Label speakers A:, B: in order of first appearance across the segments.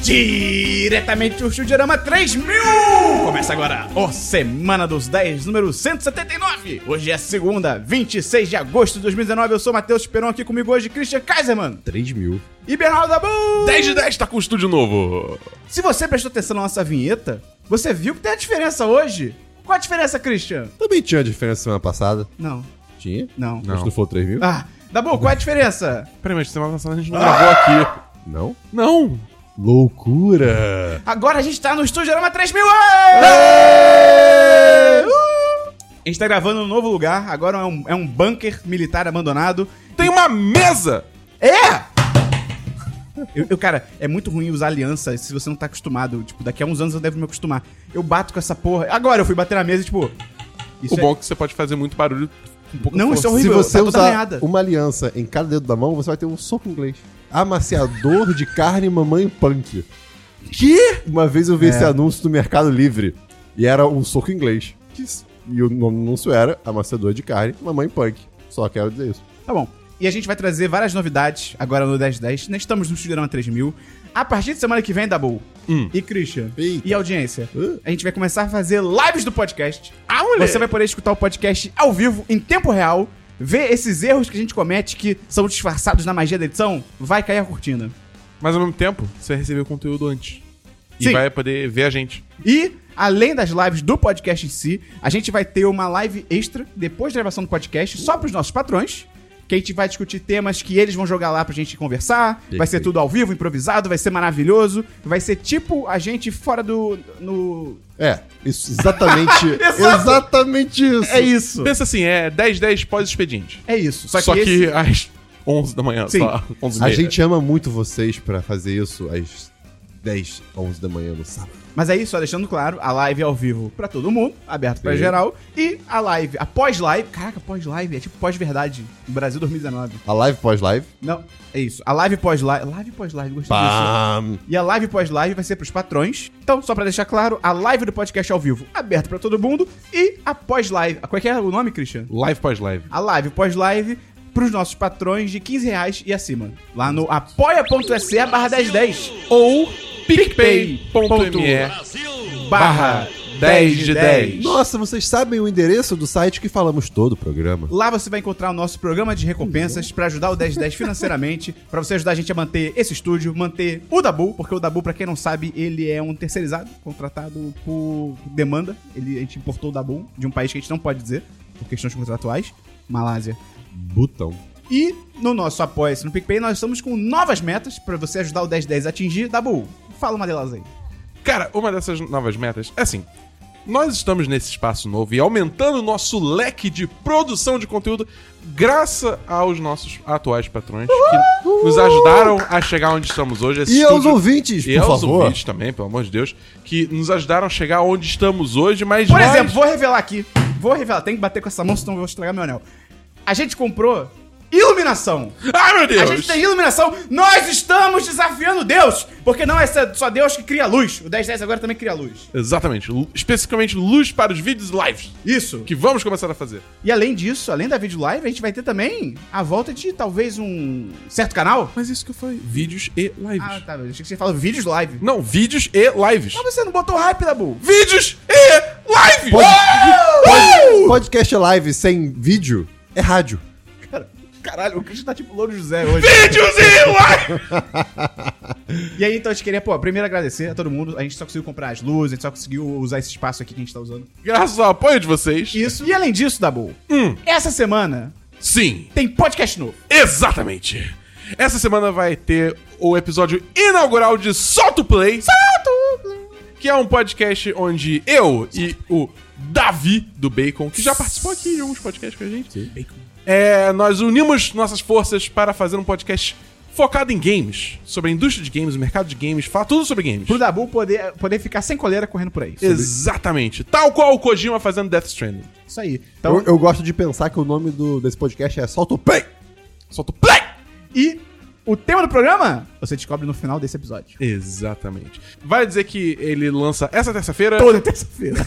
A: Diretamente do Chudirama 3000! Começa agora o Semana dos 10, número 179. Hoje é segunda, 26 de agosto de 2019. Eu sou Matheus Peron, aqui comigo hoje Christian Kaiserman
B: 3 mil.
A: e Bernardo Dabu.
B: 10 de 10 tá com o estúdio novo.
A: Se você prestou atenção na nossa vinheta, você viu que tem a diferença hoje? Qual a diferença, Christian?
B: Também tinha diferença semana passada.
A: Não,
B: Tinha?
A: não.
B: Mas não foi 3 mil?
A: Ah, Dabu, qual é a diferença?
C: Ah, Peraí, mas semana passada a gente não
B: Ah!
C: gravou aqui.
B: Não?
C: Não!
B: Loucura!
A: Agora a gente tá no Estúdio Arama 3000! Uh! A gente tá gravando num novo lugar, agora é um, é um bunker militar abandonado.
C: Tem uma mesa!
A: É! Eu, eu, cara, é muito ruim usar aliança se você não tá acostumado. Tipo, daqui a uns anos eu devo me acostumar. Eu bato com essa porra. Agora eu fui bater na mesa e, tipo. Isso
C: o bom é que você pode fazer muito barulho com pouca
A: Não,
C: força.
A: isso é horrível.
B: Se você
A: tá toda
B: usar
A: arranhada.
B: uma aliança em cada dedo da mão, você vai ter um soco inglês. Amaciador de carne mamãe punk.
A: Que? É.
B: Uma vez eu vi esse anúncio do Mercado Livre e era um soco inglês. Que s- E o nome do anúncio era Amaciador de carne mamãe punk. Só quero dizer isso.
A: Tá bom. E a gente vai trazer várias novidades agora no 1010. Nós estamos no Estúdio Arama 3000. A partir de semana que vem, Dabu.
C: Hum.
A: E Christian.
B: Eita.
A: E audiência.
B: Hã?
A: A gente vai começar a fazer lives do podcast.
C: Ah, moleque!
A: Você vai poder escutar o podcast ao vivo, em tempo real, ver esses erros que a gente comete que são disfarçados na magia da edição, vai cair a cortina.
C: Mas ao mesmo tempo, você vai receber o conteúdo antes. E
A: Sim.
C: vai poder ver a gente.
A: E, além das lives do podcast em si, a gente vai ter uma live extra depois da gravação do podcast, só pros nossos patrões. Que a gente vai discutir temas que eles vão jogar lá pra gente conversar. Vai ser
B: Perfeito.
A: tudo ao vivo, improvisado, vai ser maravilhoso. Vai ser tipo a gente fora do. no.
B: É, isso, exatamente.
A: Exato.
B: exatamente isso.
A: É isso.
C: Pensa assim, é 10, 10 pós-expediente.
A: É isso.
C: Só, que,
A: esse-
C: às 11 da manhã,
A: Sim.
C: só 11 e
B: A
C: meia.
B: gente ama muito vocês pra fazer isso às 10, 11 da manhã no sábado.
A: Mas é isso, só deixando claro, a live é ao vivo pra todo mundo, aberto pra
B: Sim.
A: geral. E a live, a pós-live. Caraca, pós-live é tipo pós-verdade. no Brasil 2019.
B: A live pós-live.
A: Não, é isso. A live pós-live. Live pós-live, gostei disso.
B: Pam!
A: E a live pós-live vai ser pros patrões. Então, só pra deixar claro, a live do podcast ao vivo, aberta pra todo mundo. E a pós-live. Qual é que é o nome, Christian?
C: Live pós-live.
A: A live pós-live pros nossos patrões de 15 reais e acima. Lá no apoia.se barra 1010.
C: Ou
A: Ponto.
C: picpay.me
A: Barra
C: 10 de 10.
B: Nossa, vocês sabem o endereço do site que falamos todo o programa.
A: Lá você vai encontrar o nosso programa de recompensas pra ajudar o 1010 financeiramente, pra você ajudar a gente a manter esse estúdio, manter o Dabu, porque o Dabu, pra quem não sabe, ele é um terceirizado, contratado por demanda. Ele, a gente importou o Dabu de um país que a gente não pode dizer, por questões contratuais, Malásia.
B: Butão.
A: E no nosso apoia-se no PicPay, nós estamos com novas metas pra você ajudar o 1010 a atingir. Dabu, fala uma delas aí.
C: Cara, uma dessas novas metas é assim. Nós estamos nesse espaço novo e aumentando o nosso leque de produção de conteúdo graças aos nossos atuais patrões que nos ajudaram a chegar onde estamos hoje. Esse
B: E aos
C: estúdio-
B: ouvintes,
C: e
B: por
C: aos
B: favor.
C: ouvintes também, pelo amor de Deus, que nos ajudaram a chegar onde estamos hoje, mas
A: Por
C: nós-
A: exemplo, vou revelar aqui. Vou revelar. Tem que bater com essa mão, senão eu vou estragar meu anel. A gente comprou iluminação.
C: Ai, meu
A: A
C: Deus!
A: gente tem iluminação, nós estamos desafiando Deus! Porque não é só Deus que cria luz, o 1010 agora também cria luz.
C: Exatamente. lu- Especificamente luz para os vídeos e lives,
A: Isso.
C: que vamos começar a fazer.
A: E além disso, além da vídeo live, a gente vai ter também a volta de talvez um certo canal.
C: Mas isso que eu falei, vídeos e lives.
A: Ah, tá, eu achei que você falava vídeos live.
C: Não, vídeos e lives.
A: Mas você não botou hype, Dabu?
C: Vídeos e lives! Ah!
B: Pode-
C: Uou!
B: Podcast live sem vídeo é rádio.
A: Cara, caralho, o Christian tá tipo Louro José hoje.
C: Vídeos e lives!
A: E aí, então, a gente queria, pô, primeiro agradecer a todo mundo. A gente só conseguiu comprar as luzes, a gente só conseguiu usar esse espaço aqui que a gente tá usando.
C: Graças ao apoio de vocês.
A: Isso. E além disso, Dabu,
C: Hum.
A: essa semana
C: Sim,
A: tem podcast novo.
C: exatamente. Essa semana vai ter o episódio inaugural de Solto Play. Solto Play! Que é um podcast onde eu e o Davi do Bacon, que já participou aqui de alguns podcasts com a gente, é, nós unimos nossas forças para fazer um podcast focado em games, sobre a indústria de games, o mercado de games, falar tudo sobre games.
A: Pro Dabu poder, poder ficar sem coleira correndo por aí.
C: Exatamente. Tal qual o Kojima fazendo Death Stranding.
A: Isso aí. Então,
B: Eu, eu gosto de pensar que o nome do- desse podcast é Solta o Pei.
C: Solto Play!
A: E o tema do programa você descobre no final desse episódio.
C: Exatamente. Vale dizer que ele lança essa terça-feira
A: Toda terça-feira.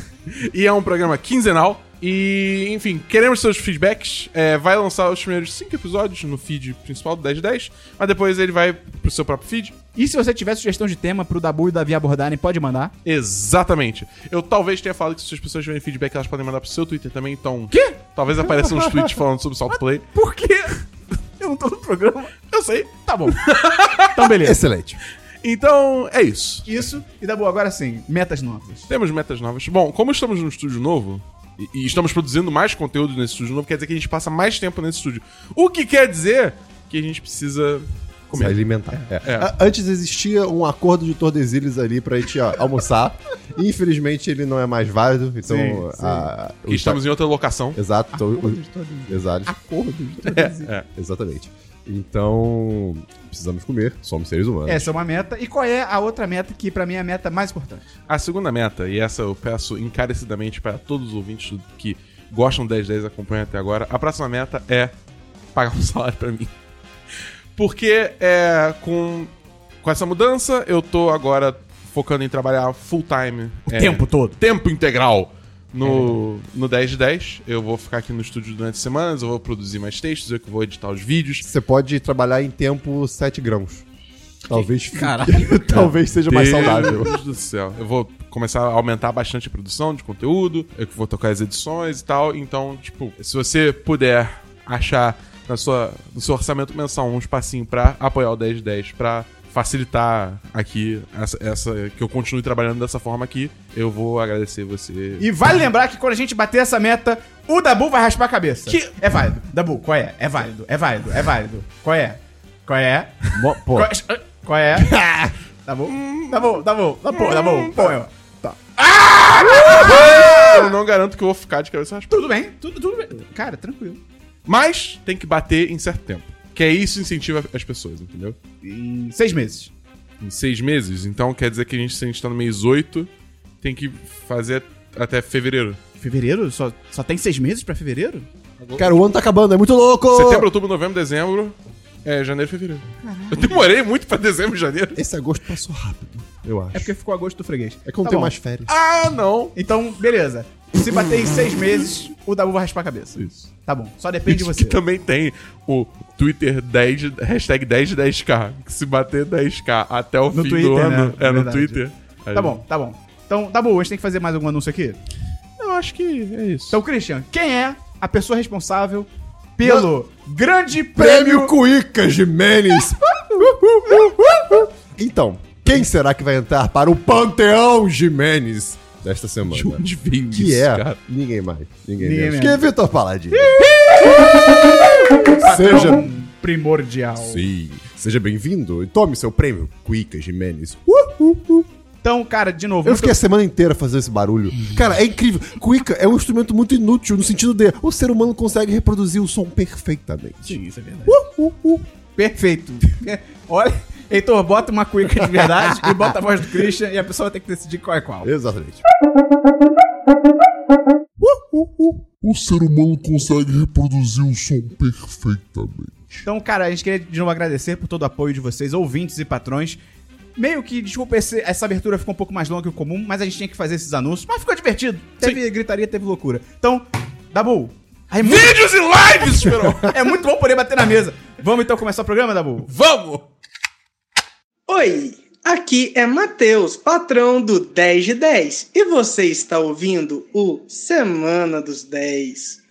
C: e é um programa quinzenal. E, enfim, queremos seus feedbacks. É, vai lançar os primeiros cinco episódios no feed principal do 1010, mas depois ele vai pro seu próprio feed.
A: E se você tiver sugestão de tema pro Dabu e Davi abordarem, pode mandar.
C: Exatamente. Eu talvez tenha falado que se as pessoas tiverem feedback, elas podem mandar pro seu Twitter também, então. Quê? Talvez apareçam uns tweets falando sobre o Salto Play.
A: Por quê? Eu não tô no programa.
C: Eu sei.
A: Tá bom. Então, beleza.
B: Excelente.
C: Então, é isso.
A: Isso. E Dabu, agora sim, metas novas.
C: Temos metas novas. Bom, como estamos num estúdio novo e, e estamos produzindo mais conteúdo nesse estúdio novo, quer dizer que a gente passa mais tempo nesse estúdio. O que quer dizer que a gente precisa
B: Se
C: comer.
B: alimentar. É.
C: É.
B: A- Antes existia um acordo de Tordesilhas ali pra gente ó, almoçar. Infelizmente ele não é mais válido, então.
A: Sim, sim.
B: a- o-
C: Que estamos em outra locação.
B: Exato. então, o-
A: Acordo de Tordesilhas.
B: Exato.
A: Acordo de Tordesilhas.
C: É, é.
B: Exatamente. Então, precisamos comer, somos seres humanos.
A: Essa é uma meta. E qual é a outra meta que, pra mim, é a meta mais importante?
C: A segunda meta, e essa eu peço encarecidamente para todos os ouvintes do- que gostam do 1010 e acompanham até agora, a próxima meta é pagar um salário para mim. Porque é, com, com essa mudança, eu tô agora focando em trabalhar full time. é,
A: todo.
C: tempo integral no, no 10 de 10. Eu vou ficar aqui no estúdio durante semanas, eu vou produzir mais textos, eu que vou editar os vídeos.
B: Você pode trabalhar em tempo 7 grãos. Talvez talvez seja mais saudável.
C: Deus do céu. Eu vou começar a aumentar bastante a produção de conteúdo, eu que vou tocar as edições e tal. Então, tipo, se você puder achar na sua, no seu orçamento mensal um espacinho pra apoiar o 10 de 10 pra facilitar aqui essa, essa- que eu continue trabalhando dessa forma aqui, eu vou agradecer você.
A: E vale lembrar que quando a gente bater essa meta, o Dabu vai raspar a cabeça.
C: Que-
A: É válido. Dabu, qual é? É válido, é válido, é válido. Qual é? Qual é?
B: Mo- pô,
A: Qual é? Qual é? Tá bom? Tá bom, tá bom. Tá bom, tá bom. Pô, eu- tá.
C: Eu não garanto que eu vou ficar de cabeça raspada.
A: Tudo bem, tudo, tudo bem. Cara, tranquilo.
C: Mas tem que bater em certo tempo. Que é isso que incentiva as pessoas, entendeu?
A: Em seis meses.
C: Em seis meses. Então quer dizer que a gente, se a gente tá no mês 8, tem que fazer até fevereiro.
A: Fevereiro? Só, só tem seis meses pra fevereiro?
B: cara, o ano tá acabando, é muito louco!
C: Setembro, outubro, novembro, dezembro. É, janeiro, fevereiro. Eu demorei muito pra dezembro e janeiro.
B: Esse agosto passou rápido, eu acho.
A: É porque ficou a gosto do freguês.
B: É que eu não
A: Tá
B: tenho
A: bom.
B: mais férias.
C: Ah, não.
A: Então, beleza. Se bater em seis meses, o Dabu vai raspar a cabeça.
C: Isso.
A: Tá bom, só depende de
C: Isso
A: você.
C: que também tem o Twitter 10, de- hashtag 10 de 10k. Que se bater 10k até o
A: No
C: fim do
A: Twitter, né?
C: ano, é no
A: Verdade.
C: Twitter.
A: Tá bom, tá bom. Então, Dabu, a gente tem que fazer mais algum anúncio aqui?
C: Eu acho que é isso.
A: Então, Christian, quem é a pessoa responsável pelo grande
B: Prêmio
A: prêmio...
B: Cuica Jimenez! então, quem será que vai entrar para o Panteão Jimenez desta semana?
A: Então,
C: De onde veio
B: Que
C: isso,
B: é
C: cara?
B: ninguém mais,
A: Ninguém
B: ninguém,
A: menos.
B: menos. Que é Vitor Paladino. Seja
A: Primordial.
B: Sim, seja bem-vindo e tome seu prêmio, Cuica Jimenez. Uh, uh, uh.
A: Então, cara, de novo...
B: Eu
A: muito-
B: fiquei a semana inteira fazendo esse barulho. Cara, é incrível. Cuica é um instrumento muito inútil no sentido de o ser humano consegue reproduzir o som perfeitamente.
A: Sim, isso é verdade.
B: Uh, uh, uh.
A: Perfeito. Olha, Heitor, bota uma cuica de verdade e bota a voz do Christian e a pessoa tem que decidir qual é qual.
B: Exatamente.
D: O ser humano consegue reproduzir o som perfeitamente.
A: Então, cara, a gente queria de novo agradecer por todo o apoio de vocês, ouvintes e patrões. Meio que, desculpa, esse- essa abertura ficou um pouco mais longa que o comum, mas a gente tinha que fazer esses anúncios. Mas ficou divertido. Teve gritaria, teve loucura. Então, Dabu, é muito,
C: Vídeos e lives, Esperon!
A: é muito bom poder bater na mesa. Vamos então começar o programa, Dabu?
C: Vamos!
E: Oi, aqui é Matheus, patrão do 10 de 10, e você está ouvindo o Semana dos 10.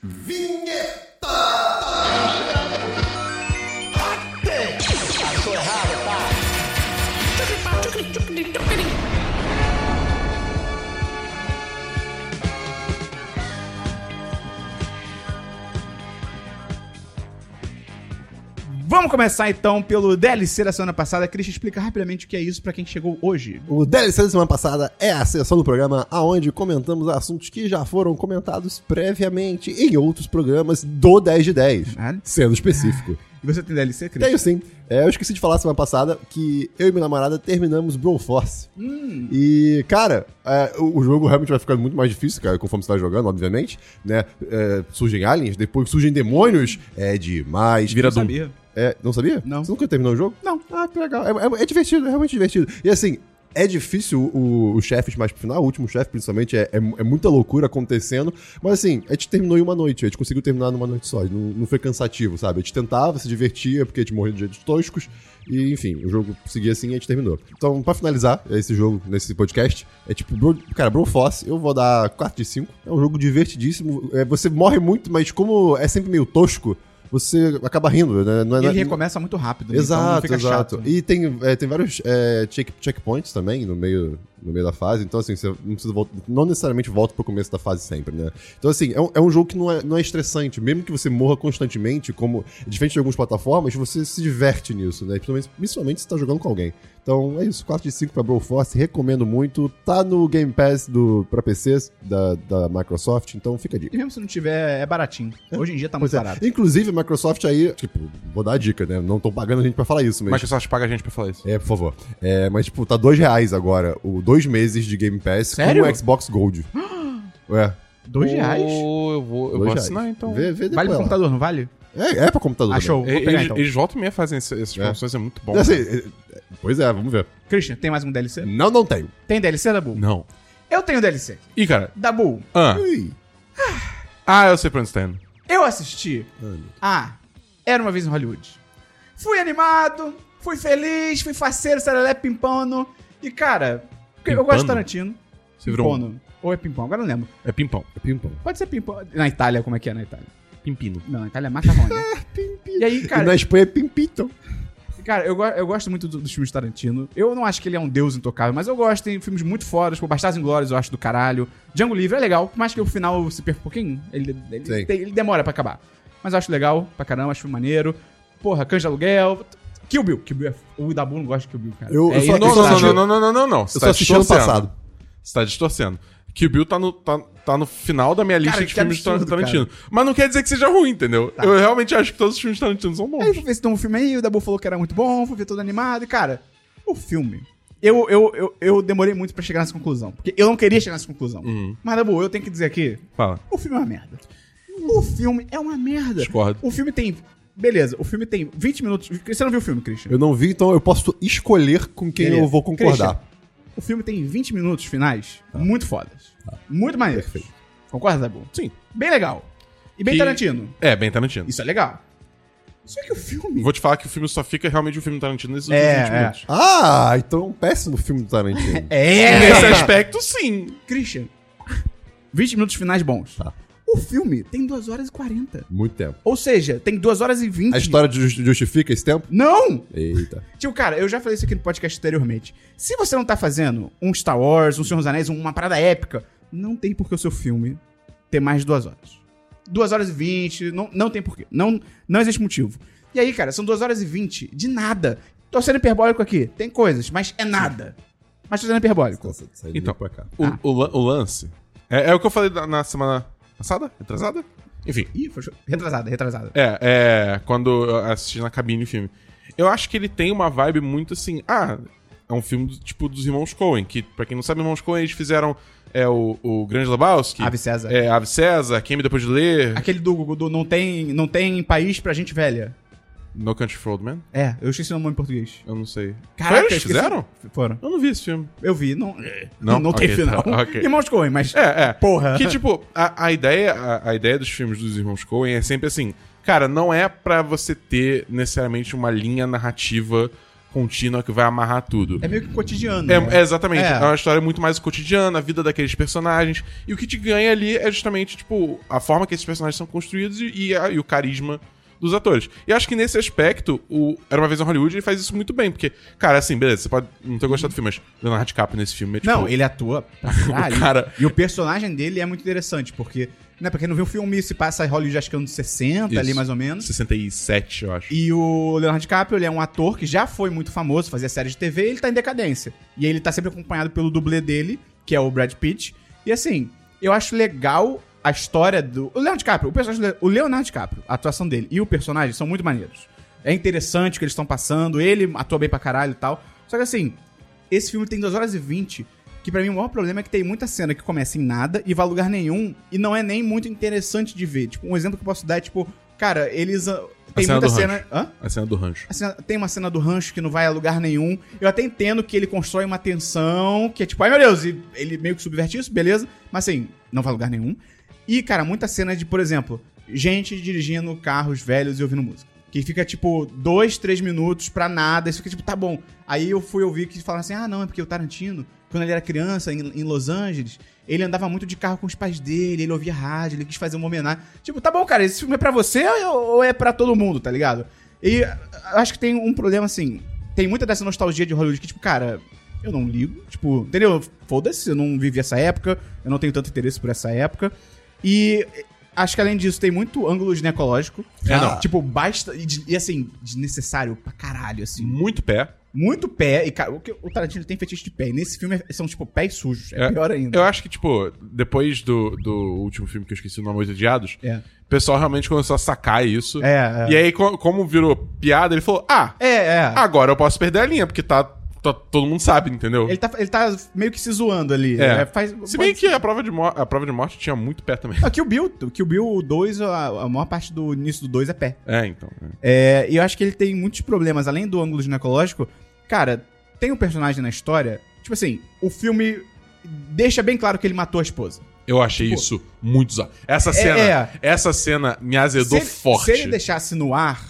A: Vamos começar então pelo DLC da semana passada. Christian, explica rapidamente o que é isso pra quem chegou hoje.
B: O DLC da semana passada é a sessão do programa aonde comentamos assuntos que já foram comentados previamente em outros programas do 10 de 10,
A: Caralho.
B: sendo específico.
A: Ah, E você tem DLC, Christian?
B: Tenho sim. É, eu esqueci de falar semana passada que eu e minha namorada terminamos Broforce. E, cara, é, o o jogo realmente vai ficando muito mais difícil, cara, conforme você vai jogando, obviamente. Né? É, surgem aliens, depois surgem demônios. É demais.
C: Vira
A: Não
C: Doom.
A: sabia.
B: É, não sabia?
A: Não.
B: Você nunca terminou o jogo?
A: Não.
B: Ah, que legal. É, é- é divertido, é realmente divertido. E assim, É difícil o- os chefes mais pro final, o último chefe principalmente, é, é, é muita loucura acontecendo. Mas assim, a gente terminou em uma noite, a gente conseguiu terminar numa noite só. Não, não foi cansativo, sabe? A gente tentava, se divertia, porque a gente morria de jeitos toscos. E enfim, o jogo seguia assim e a gente terminou. Então, pra finalizar esse jogo, nesse podcast, é tipo, Bro- cara, Brofoss, eu vou dar 4 de 5. É um jogo divertidíssimo. É, você morre muito, mas como é sempre meio tosco, você acaba rindo, né? Não é-
A: Ele
B: não é-
A: recomeça muito rápido, né? Então não
B: Exato,
A: fica
B: exato.
A: chato.
B: E tem, é, tem vários é, check, checkpoints também no meio, no meio da fase. Então, assim, você não, precisa voltar, não necessariamente volta pro começo da fase sempre, né? Então, assim, é um, é um jogo que não é, não é estressante. Mesmo que você morra constantemente, como é diferente de algumas plataformas, você se diverte nisso, né? Principalmente, principalmente se tá jogando com alguém. Então, é isso. 4 de 5 pra Broforce. Recomendo muito. Tá no Game Pass do, pra PCs da, da Microsoft. Então, fica a dica.
A: E mesmo se não tiver, é baratinho. Hoje em dia tá
B: Pois
A: muito
B: é.
A: barato.
B: Inclusive, a Microsoft aí, tipo, vou dar a dica, né? Não tô pagando a gente pra falar isso, mas.
C: Microsoft paga a gente pra falar isso.
B: É, por favor. É, mas, tipo, tá dois reais agora, o dois meses de Game Pass
A: Sério?
B: com o Xbox Gold. Ué,
A: Dois
C: Pô,
A: reais?
C: Eu vou,
B: dois
C: eu vou
B: reais.
C: assinar, então.
B: Vê, vê depois
A: Vale pro
B: lá.
A: computador, não vale?
B: É, é pra computador.
A: Achou. Vou
C: Eles,
A: pegar, então.
C: eles voltam e meia fazem esse- essas promoções, é, muito bom.
B: Também. Assim, é- é- pois é, vamos ver.
A: Christian, tem mais um DLC?
B: Não, não tenho.
A: Tem DLC, Dabu?
C: Não.
A: Eu tenho DLC.
C: Ih, cara.
A: Dabu,
C: Ah,
B: Ih,
C: ah eu sei pra onde você tá indo.
A: eu assisti a Era Uma Vez em Hollywood. Fui animado, fui feliz, fui faceiro, serelé, pimpano. E, cara, porque eu
C: Pimpano?
A: gosto de Tarantino.
C: Você virou um-
A: Pimpano. Ou é pimpão, agora eu não lembro.
C: É pimpão.
B: é pimpão.
A: Pode ser pimpão. Na Itália, como é que é na Itália?
C: Pimpino.
A: Não, na Itália é macarrone. e aí, cara,
B: e na Espanha é pimpito.
A: Cara, eu, go- eu gosto muito do- dos filmes de Tarantino. Eu não acho que ele é um deus intocável, mas eu gosto. Tem filmes muito fodas, tipo Bastardos Inglórios, eu acho do caralho. Django Livre é legal, por mais que o final se perca um pouquinho. Ele, ele-
B: Sim.
A: tem- ele demora pra acabar. Mas eu acho legal pra caramba, acho maneiro. Porra, Cães de Aluguel. Kill Bill. Kill Bill é... f- O Dabu não gosta de Kill Bill, cara.
B: Eu-
A: é,
B: eu só-
A: ele-
C: Não,
B: só
C: não,
B: assisti-
C: não, não, não, não, não, não. Você tá
B: Eu só assisti ano passado.
C: Você tá distorcendo. Kill Bill tá no, tá, tá no final da minha lista
A: Cara, que
C: de filmes de Tar-
A: absurdo,
C: Tarantino. Mas não quer dizer que seja ruim, entendeu?
B: Tá.
C: Eu realmente acho que todos os filmes de Tarantino são
B: É
C: bons.
A: Aí eu fui ver se tem um filme aí, o Dabu falou que era muito bom, fui ver todo animado. E, cara, o filme. Eu, eu, eu, eu demorei muito pra chegar nessa conclusão. Porque eu não queria chegar nessa conclusão.
B: Uhum.
A: Mas, Dabu, eu tenho que dizer aqui
C: Fala.
A: O filme é uma merda. O filme é uma merda.
C: Discordo.
A: O filme tem. Beleza, o filme tem 20 minutos. Você não viu o filme, Christian?
B: Eu não vi, então eu posso escolher com quem
A: Beleza.
B: eu vou concordar. Tá.
A: O filme tem 20 minutos finais muito fodas. Muito maneiro.
B: Perfeito.
A: Concorda, Dabu?
C: Sim.
A: Bem legal. E bem
C: Que-
A: Tarantino.
C: É, bem Tarantino.
A: Isso é legal. Só que o filme.
C: Vou te falar que o filme só fica realmente um filme Tarantino nesses últimos
A: É,
C: 20
A: é.
C: minutos.
B: Ah, então é um péssimo filme do Tarantino. É.
C: Nesse aspecto, sim.
A: É. Christian. 20 minutos finais bons.
B: Tá.
A: O filme tem 2 horas e 40.
B: Muito tempo.
A: Ou seja, tem 2 horas e 20.
B: A história ju- justifica esse tempo?
A: Não!
B: Eita.
A: Tio, Tipo, cara, eu já falei isso aqui no podcast anteriormente. Se você não tá fazendo um Star Wars, um Senhor dos Anéis, uma parada épica, não tem por que o seu filme ter mais de duas horas. Duas horas e vinte, não, não tem porquê. Não, não existe motivo. E aí, cara, são duas horas e vinte de nada. Tô sendo hiperbólico aqui. Tem coisas, mas é nada. Mas tô sendo hiperbólico.
C: Então.
B: Então, pra cá.
C: O,
A: Ah.
C: o lan- o lance. É, é o que eu falei da- na semana passada? Retrasada? Enfim.
A: Ih, foi retrasada, retrasada.
C: É, é. Quando eu assisti na cabine o filme. Eu acho que ele tem uma vibe muito assim. Ah, é um filme do- tipo dos irmãos Coen, que, pra quem não sabe, irmãos Coen, eles fizeram é, o, o Grande Lebowski.
A: Ave César.
C: É, Ave César, Quem Me Depois de Ler,
A: Aquele do, do não, tem, não tem país pra gente velha.
C: No Country for Old Men.
A: É, eu esqueci o nome em português.
C: Eu não sei.
A: Caraca,
C: Foi
A: eu
C: eles
A: esqueci.
C: que fizeram?
A: Foram.
C: Eu não vi esse filme.
A: Eu vi, não.
C: É. Não?
A: Não,
C: Ok,
A: tem final.
C: tá, ok.
A: Irmãos Coen, mas.
C: É, é.
A: Porra.
C: Que, tipo, a, a ideia, a, a ideia dos filmes dos irmãos Coen é sempre assim, cara, não é pra você ter necessariamente uma linha narrativa contínua que vai amarrar tudo.
A: É meio que cotidiano.
C: É,
A: né?
C: é, exatamente. É.
A: É.
C: uma história muito mais cotidiana, a vida daqueles personagens. E o que te ganha ali é justamente, tipo, a forma que esses personagens são construídos e, e a- e o carisma dos atores. E acho que nesse aspecto, o Era Uma Vez em Hollywood, ele faz isso muito bem. Porque, cara, assim, beleza, você pode não ter gostado do filme, mas Leonardo DiCaprio nesse filme é, tipo...
A: Não, ele atua pra caralho.
C: Cara.
A: E o personagem dele é muito interessante, porque. Né, pra quem não viu o filme, se passa em Hollywood, acho que é anos 60,
C: Isso.
A: ali mais ou menos.
C: 67, eu acho.
A: E o Leonardo DiCaprio, ele é um ator que já foi muito famoso, fazia série de TV, ele tá em decadência. E ele tá sempre acompanhado pelo dublê dele, que é o Brad Pitt. E assim, eu acho legal a história do. O Leonardo DiCaprio, o personagem. O Leonardo DiCaprio, a atuação dele e o personagem são muito maneiros. É interessante o que eles estão passando, ele atua bem pra caralho e tal. Só que assim, esse filme tem 2 horas e 20. Que pra mim o maior problema é que tem muita cena que começa em nada e vai a lugar nenhum e não é nem muito interessante de ver. Tipo, um exemplo que eu posso dar é tipo, cara, eles ah, Tem
C: cena
A: muita
C: do
A: cena. Hã?
C: A cena do rancho.
A: A cena- tem uma cena do rancho que não vai a lugar nenhum. Eu até entendo que ele constrói uma tensão, que é tipo, ai meu Deus, e ele meio que subverte isso, beleza. Mas assim, não vai a lugar nenhum. E, cara, muita cena de, por exemplo, gente dirigindo carros velhos e ouvindo música. Que fica, tipo, dois, três minutos pra nada. Isso fica, tipo, tá bom. Aí eu fui ouvir que falaram assim, ah, não, é porque o Tarantino, quando ele era criança, em, em Los Angeles, ele andava muito de carro com os pais dele, ele ouvia rádio, ele quis fazer uma homenagem. Tipo, tá bom, cara, esse filme é pra você ou ou é pra todo mundo, tá ligado? E eu acho que tem um problema assim. Tem muita dessa nostalgia de Hollywood que, tipo, cara, eu não ligo. Tipo, entendeu? Foda-se, eu não vivi essa época, eu não tenho tanto interesse por essa época. E acho que além disso, tem muito ângulo ginecológico.
C: É, não.
A: Tipo, basta. E, de- e, assim, desnecessário pra caralho, assim.
C: Muito pé.
A: Muito pé. E, cara, o, que, o Tarantino tem fetiche de pé. E nesse filme é- são, tipo, pés sujos. É,
C: É,
A: pior ainda.
C: Eu acho que, tipo, depois do, do último filme que eu esqueci o nome, Oito Odiados,
A: É.
C: o pessoal realmente começou a sacar isso.
A: É, é.
C: E aí, co- como virou piada, ele falou, ah,
A: É, é.
C: agora eu posso perder a linha, porque tá, tá- todo mundo sabe, entendeu?
A: Ele tá, ele tá meio que se zoando ali. né?
C: É.
A: Faz,
C: Se bem
A: pode-
C: que a prova, de mo- a prova de morte tinha muito pé também.
A: Aqui o Bill, que o Bill 2, a, a maior parte do início do 2 é pé.
C: É, então. é.
A: É, e eu acho que ele tem muitos problemas, além do ângulo ginecológico. Cara, tem um personagem na história. Tipo assim, o filme deixa bem claro que ele matou a esposa.
C: Eu achei
A: Tipo-
C: isso muito usado. Essa cena,
A: é.
C: essa cena me
A: se
C: azedou
A: ele,
C: forte.
A: Se ele deixasse no ar.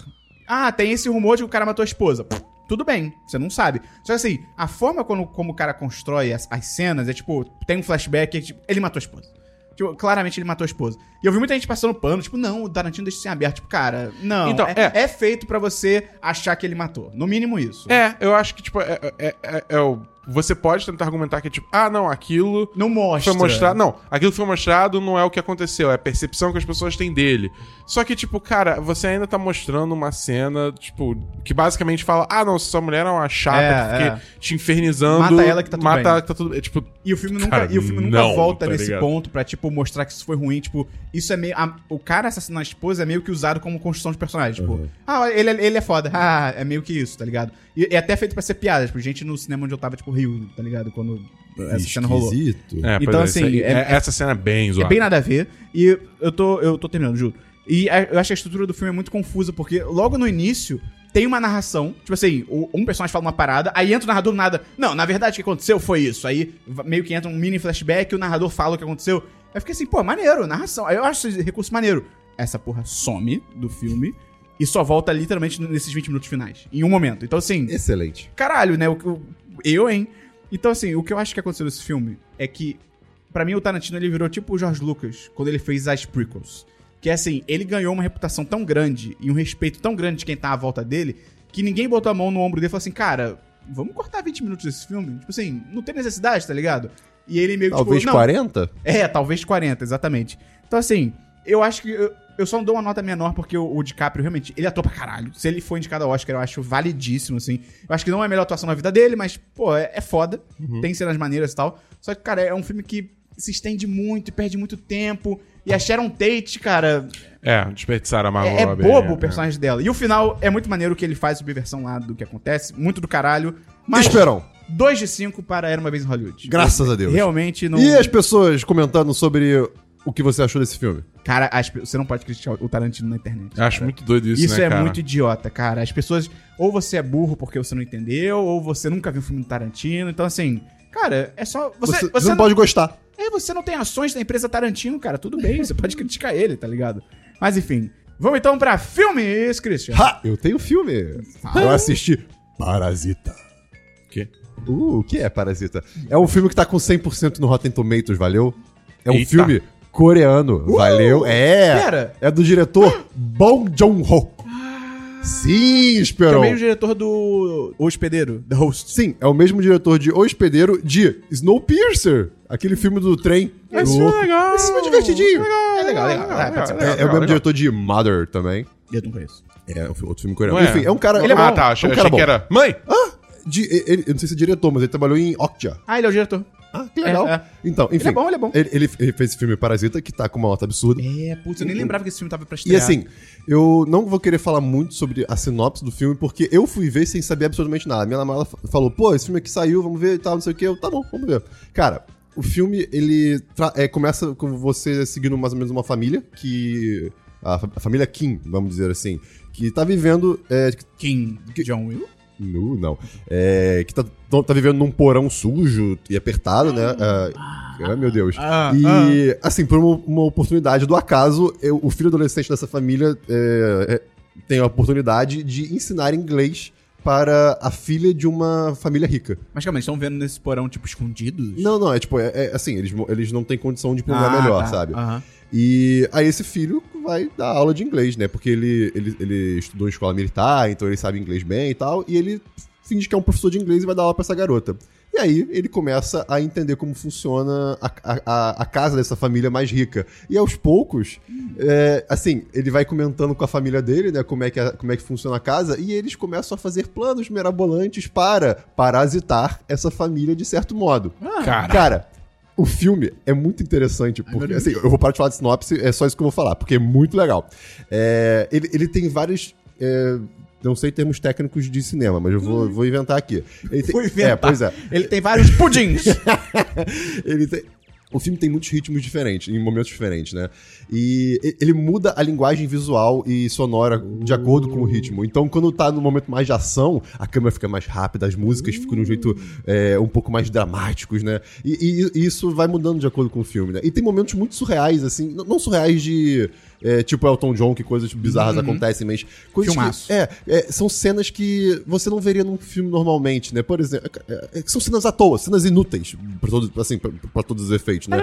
A: Ah, tem esse rumor de que o cara matou a esposa. Pff, Tudo bem, você não sabe. Só que assim, a forma como, como o cara constrói as, as cenas é tipo, tem um flashback, é, tipo, ele matou a esposa. Tipo, claramente ele matou a esposa. E eu vi muita gente passando pano, tipo, não, o Tarantino deixa isso em aberto. Tipo, cara, não.
C: Então,
A: é,
C: é.
A: é feito pra você achar que ele matou. No mínimo isso.
C: É, eu acho que, tipo, é, é- é- é o- você pode tentar argumentar que, tipo, ah, não, aquilo
A: Não mostra.
C: foi mostrado. Não, aquilo que foi mostrado não é o que aconteceu, é a percepção que as pessoas têm dele. Só que, tipo, cara, você ainda tá mostrando uma cena, tipo, que basicamente fala: ah, não, sua mulher é uma chata
A: É,
C: que fica te infernizando.
A: Mata ela que tá tudo
C: Mata
A: bem.
C: ela que tá tudo. É, tipo,
A: E o filme nunca,
C: Cara,
A: e o filme nunca
C: não,
A: volta
C: tá
A: nesse
C: ligado?
A: ponto pra, tipo, mostrar que isso foi ruim. Tipo, isso é meio. a- o cara assassinar a esposa é meio que usado como construção de personagem. Tipo,
C: Uhum.
A: ah, ele, é- ele é foda. Ah, é meio que isso, tá ligado? E é até feito pra ser piada. Tipo, gente no cinema onde eu tava, tipo, riu, tá ligado? Quando essa cena rolou.
B: Esquisito.
C: é,
A: Então,
C: pois é,
A: assim,
C: isso aí-
A: é-
C: é- essa cena é bem
A: É
C: zoada.
A: bem nada a ver. E eu tô, eu tô terminando, juro. E a- eu acho que a estrutura do filme é muito confusa, porque logo no início tem uma narração. Tipo assim, o- um personagem fala uma parada, aí entra o narrador do nada. Não, na verdade o que aconteceu foi isso. Aí va- meio que entra um mini flashback e o narrador fala o que aconteceu. Aí fica assim, pô, maneiro, narração. Aí eu acho esse recurso maneiro. Essa porra some do filme e só volta literalmente nesses 20 minutos finais. Em um momento. Então assim
B: Excelente.
A: caralho, né? O, que eu- eu, hein? Então, assim, o que eu acho que aconteceu nesse filme é que, pra mim, o Tarantino ele virou tipo o George Lucas quando ele fez as prequels. Que é assim, ele ganhou uma reputação tão grande e um respeito tão grande de quem tá à volta dele que ninguém botou a mão no ombro dele e falou assim, cara, vamos cortar 20 minutos desse filme? Tipo assim, não tem necessidade, tá ligado? E ele meio que
B: Talvez
A: tipo, não,
B: 40?
A: é, talvez 40, exatamente. Então, assim, eu acho que. Eu, eu só não dou uma nota menor porque o, o DiCaprio realmente. Ele atua pra caralho. Se ele for indicado ao Oscar, eu acho validíssimo, assim. Eu acho que não é a melhor atuação na vida dele, mas, pô, é, é foda.
B: Uhum.
A: Tem cenas maneiras e tal. Só que, cara, é um filme que se estende muito e perde muito tempo. E a Sharon Tate, cara,
C: É, desperdiçaram a Margot
A: é, é
C: Robbie,
A: bobo
C: é.
A: o personagem dela. E o final é muito maneiro que ele faz subversão lá do que acontece. Muito do caralho. Mas
B: Esperão.
A: 2 de 5 para Era Uma Vez em Hollywood.
B: Graças a Deus.
A: Realmente não...
B: E as pessoas comentando sobre o que você achou desse filme?
A: Cara, as pe- você não pode criticar o Tarantino na internet.
C: Eu é. Acho muito doido isso,
A: Isso,
C: né,
A: é
C: cara?
A: muito idiota, cara. As pessoas. Ou você é burro porque você não entendeu, ou você nunca viu um filme do Tarantino. Então, assim. Cara, é só. Você,
B: Você,
A: você,
B: você não
A: não,
B: pode gostar.
A: é, você não tem ações da empresa Tarantino, cara. Tudo bem, você pode criticar ele, tá ligado? Mas enfim. Vamos então pra filmes, Christian.
B: Ha! Eu tenho filme. Eu assisti Parasita.
C: Quê?
B: Uh, o que é Parasita? É um filme que tá com 100% no Rotten Tomatoes, valeu? É um
C: Eita.
B: filme coreano, valeu? É!
A: Uh! pera. Ah!
B: É do diretor Bong Joon-ho. Sim, Esperon.
A: Também o é diretor do O Hospedeiro, The Host.
B: Sim, é o mesmo diretor de O Hospedeiro de Snowpiercer, aquele filme do trem.
C: Esse
B: do
C: filme é
B: louco.
C: legal.
B: Esse filme é divertidinho.
A: É legal, legal.
C: legal,
A: vai, pode ser.
B: É, é o
C: legal,
B: mesmo
C: legal.
B: diretor de Mother também.
A: Eu não conheço.
B: É um fi- outro filme coreano.
C: Não é?
B: Enfim, é um cara.
A: Ele é
B: ah,
C: ah,
A: bom.
C: tá,
B: é
C: achei,
B: um
C: achei
B: cara bom. Ah,
C: que era. Mãe!
B: De- ele- eu não sei se é diretor, mas ele trabalhou em Okja.
A: Ah, ele é o diretor.
B: Ah, que
A: legal.
B: legal. Então,
A: Ele
B: enfim.
A: é bom, ele é bom.
B: Ele, ele- ele fez esse filme Parasita, que tá com uma nota absurda.
A: É, putz, eu nem lembrava que esse filme tava pra
B: E
A: estrear.
B: assim, eu não vou querer falar muito sobre a sinopse do filme, porque eu fui ver sem saber absolutamente nada. Minha namorada fa- falou, pô, esse filme aqui saiu, vamos ver e tal, não sei o que. Eu, tá bom, vamos ver. Cara, o filme, ele tra- é, começa com você seguindo mais ou menos uma família, que... A, fa- a família Kim, vamos dizer assim. que tá vivendo. é, que-
A: Kim John Will?
B: nu, não. É, que tá, tão- tá vivendo num porão sujo e apertado, né? Ah, ah, meu Deus.
A: Ah,
B: e, assim, por uma, uma oportunidade do acaso, eu- o filho adolescente dessa família é, é, tem a oportunidade de ensinar inglês para a filha de uma família rica.
A: Mas calma, eles estão vendo nesse porão, tipo, escondidos?
B: Não, não, é tipo, é, é assim, eles, mo- eles não têm condição de ir pra um lugar
A: Ah,
B: melhor,
A: tá.
B: sabe?
A: Aham.
B: E aí esse filho vai dar aula de inglês, né? Porque ele, ele, ele estudou em escola militar, então ele sabe inglês bem e tal, e ele finge que é um professor de inglês e vai dar aula pra essa garota. E aí ele começa a entender como funciona a, a- a, a casa dessa família mais rica. E aos poucos, é, assim, ele vai comentando com a família dele, né, como é, que a- como é que funciona a casa, e eles começam a fazer planos mirabolantes para parasitar essa família de certo modo.
A: Ah.
C: Cara.
B: Cara, o filme é muito interessante, porque assim, eu vou parar de falar de sinopse, é só isso que eu vou falar, porque é muito legal. É, ele, ele tem vários. é, não sei termos técnicos de cinema, mas eu vou, vou inventar aqui. Ele tem-
A: Hum. Vou inventar.
B: É, pois é.
A: Ele tem vários pudins.
B: Ele tem- O filme tem muitos ritmos diferentes, em momentos diferentes, né? E e- ele muda a linguagem visual e sonora de acordo com o ritmo. Então, quando tá no momento mais de ação, a câmera fica mais rápida, as músicas ficam de um jeito é, um pouco mais dramáticos, né? E, e- e isso vai mudando de acordo com o filme, né? E tem momentos muito surreais, assim, n- não surreais de. é, tipo Elton John, que coisas bizarras acontecem, mas. Coisas
A: Filmaço.
B: que, é, é, são cenas que você não veria num filme normalmente, né? Por exemplo, é, é, são cenas à toa, cenas inúteis, pra todos, assim, pra, pra todos os efeitos, né?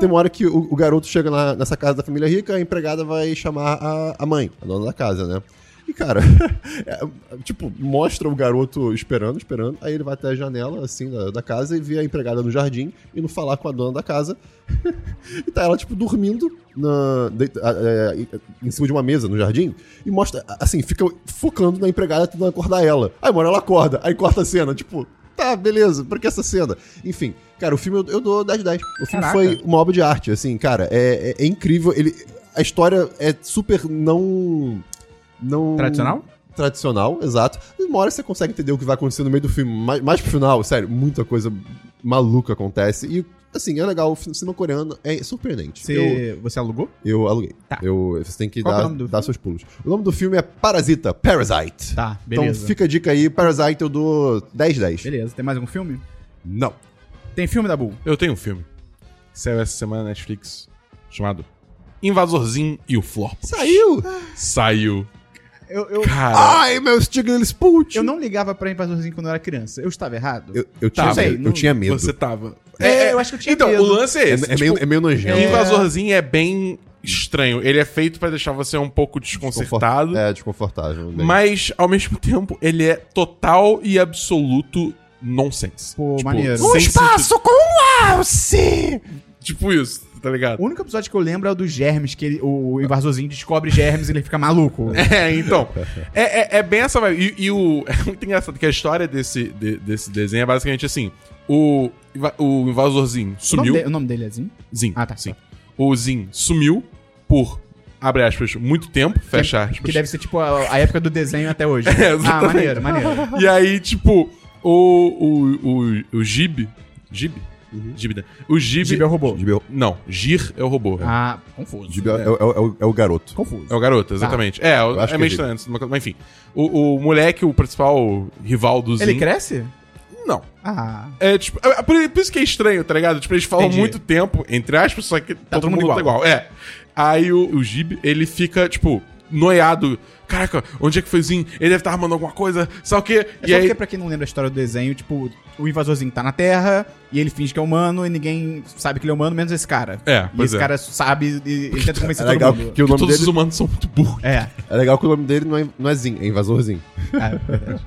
B: Tem uma hora que o, o garoto chega na- nessa casa da família rica, a empregada vai chamar a, a mãe, a dona da casa, né? E, cara, é, tipo, mostra o garoto esperando, esperando, aí ele vai até a janela, assim, da, da casa e vê a empregada no jardim, indo falar com a dona da casa. e tá ela, tipo, dormindo na, deita- a- a- em cima de uma mesa no jardim e mostra, assim, fica focando na empregada tentando acordar ela. Aí, mano, ela acorda, aí corta a cena, tipo, tá, beleza, pra que essa cena? Enfim, cara, o filme eu, eu dou 10 de 10. O filme
A: Caraca.
B: foi uma obra de arte, assim, cara, é, é- é incrível, ele... A história é super não... Não
A: Tradicional?
B: tradicional, exato. E uma hora você consegue entender o que vai acontecer no meio do filme, mais, mais pro final, sério, muita coisa maluca acontece. E, assim, é legal, o fi- cinema coreano é surpreendente. Eu,
A: Você, você alugou?
B: eu aluguei.
A: Tá.
B: Eu, você tem que
A: Qual que é
B: dar,
A: o nome do
B: dar seus pulos. O nome do filme é Parasita, Parasite.
A: Tá,
B: Então fica a dica aí, Parasite eu dou 10 10.
A: Beleza, tem mais algum filme?
B: Não.
A: Tem filme da Bull?
C: Eu tenho um filme. que Saiu essa semana na Netflix. Chamado Invasorzinho e o Flop.
B: Saiu!
C: Saiu.
A: Eu, eu,
C: Cara.
B: Ai, meu Stiglitz Spult!
A: eu não ligava pra Invasorzinho quando eu era criança. Eu estava errado?
B: Eu, eu
C: Tá,
B: tinha,
A: sei,
B: medo,
A: não-
B: eu tinha medo.
C: Você tava.
A: É, eu acho que eu tinha
C: Então,
A: medo.
C: o lance
B: É,
C: é esse.
B: é meio,
A: tipo
B: é meio nojento.
C: O Invasorzinho é bem estranho. Ele é feito pra deixar você um pouco desconcertado.
B: É, desconfortável. né?
C: Mas, ao mesmo tempo, ele é total e absoluto nonsense. Tipo,
A: Pô, maneiro.
C: sem
A: Um
B: com um alce! Um
C: sentido. Tipo isso, tá ligado?
A: O único episódio que eu lembro é o dos germes, que ele- o invasorzinho descobre germes e ele fica maluco.
C: É, então. É, é, é bem essa vibe. E, e o, é muito engraçado que a história desse, de- desse desenho é basicamente assim: o, inva- o invasorzinho
A: O nome,
C: sumiu.
A: de- o nome dele é Zin?
C: Zin.
A: Ah, tá.
C: Sim. O Zin sumiu por, abre aspas, muito tempo, fecha aspas.
A: Que deve ser tipo a, a época do desenho até hoje.
C: É,
A: ah,
C: exatamente.
A: maneiro, maneiro.
C: E aí, tipo, o. O. O, o Gib. Gib? Gib, né? O Gib.
A: Gibi Uhum. é o robô.
B: Gibel,
C: Não, Gir é o robô.
A: Ah, confuso.
B: Gibel é, é o- é o- é o garoto.
A: Confuso.
C: É o garoto,
A: Ah.
C: exatamente. É,
B: Eu
C: o-
B: acho
C: é
B: que é
C: meio estranho, mas mas enfim. O, o moleque, o principal rival do Zin.
A: Ele cresce?
C: Não.
A: Ah.
C: É, tipo, é- é por, por isso que é estranho, tá ligado? Tipo, eles falam
A: Entendi.
C: muito tempo, entre aspas, só que tá
A: todo mundo
C: igual. É. Aí o, o Gib, ele fica, tipo, noiado. Caraca, onde é que foi o Zin? Ele deve estar armando alguma coisa, sabe o quê?
A: É
C: e
A: só
C: aí...
A: porque, pra quem não lembra a história do desenho, tipo, o invasorzinho tá na Terra e ele finge que é humano e ninguém sabe que ele é humano, menos esse cara.
C: É,
A: E
C: pois
A: esse
C: é.
A: cara sabe e ele tenta
B: É
A: convencer
B: legal
A: todo mundo.
B: que o nome
C: Todos
B: dele
C: os humanos são muito burros.
A: É.
B: É legal que o nome dele não é, não é Zin, é Invasorzinho.
A: Ah, é verdade.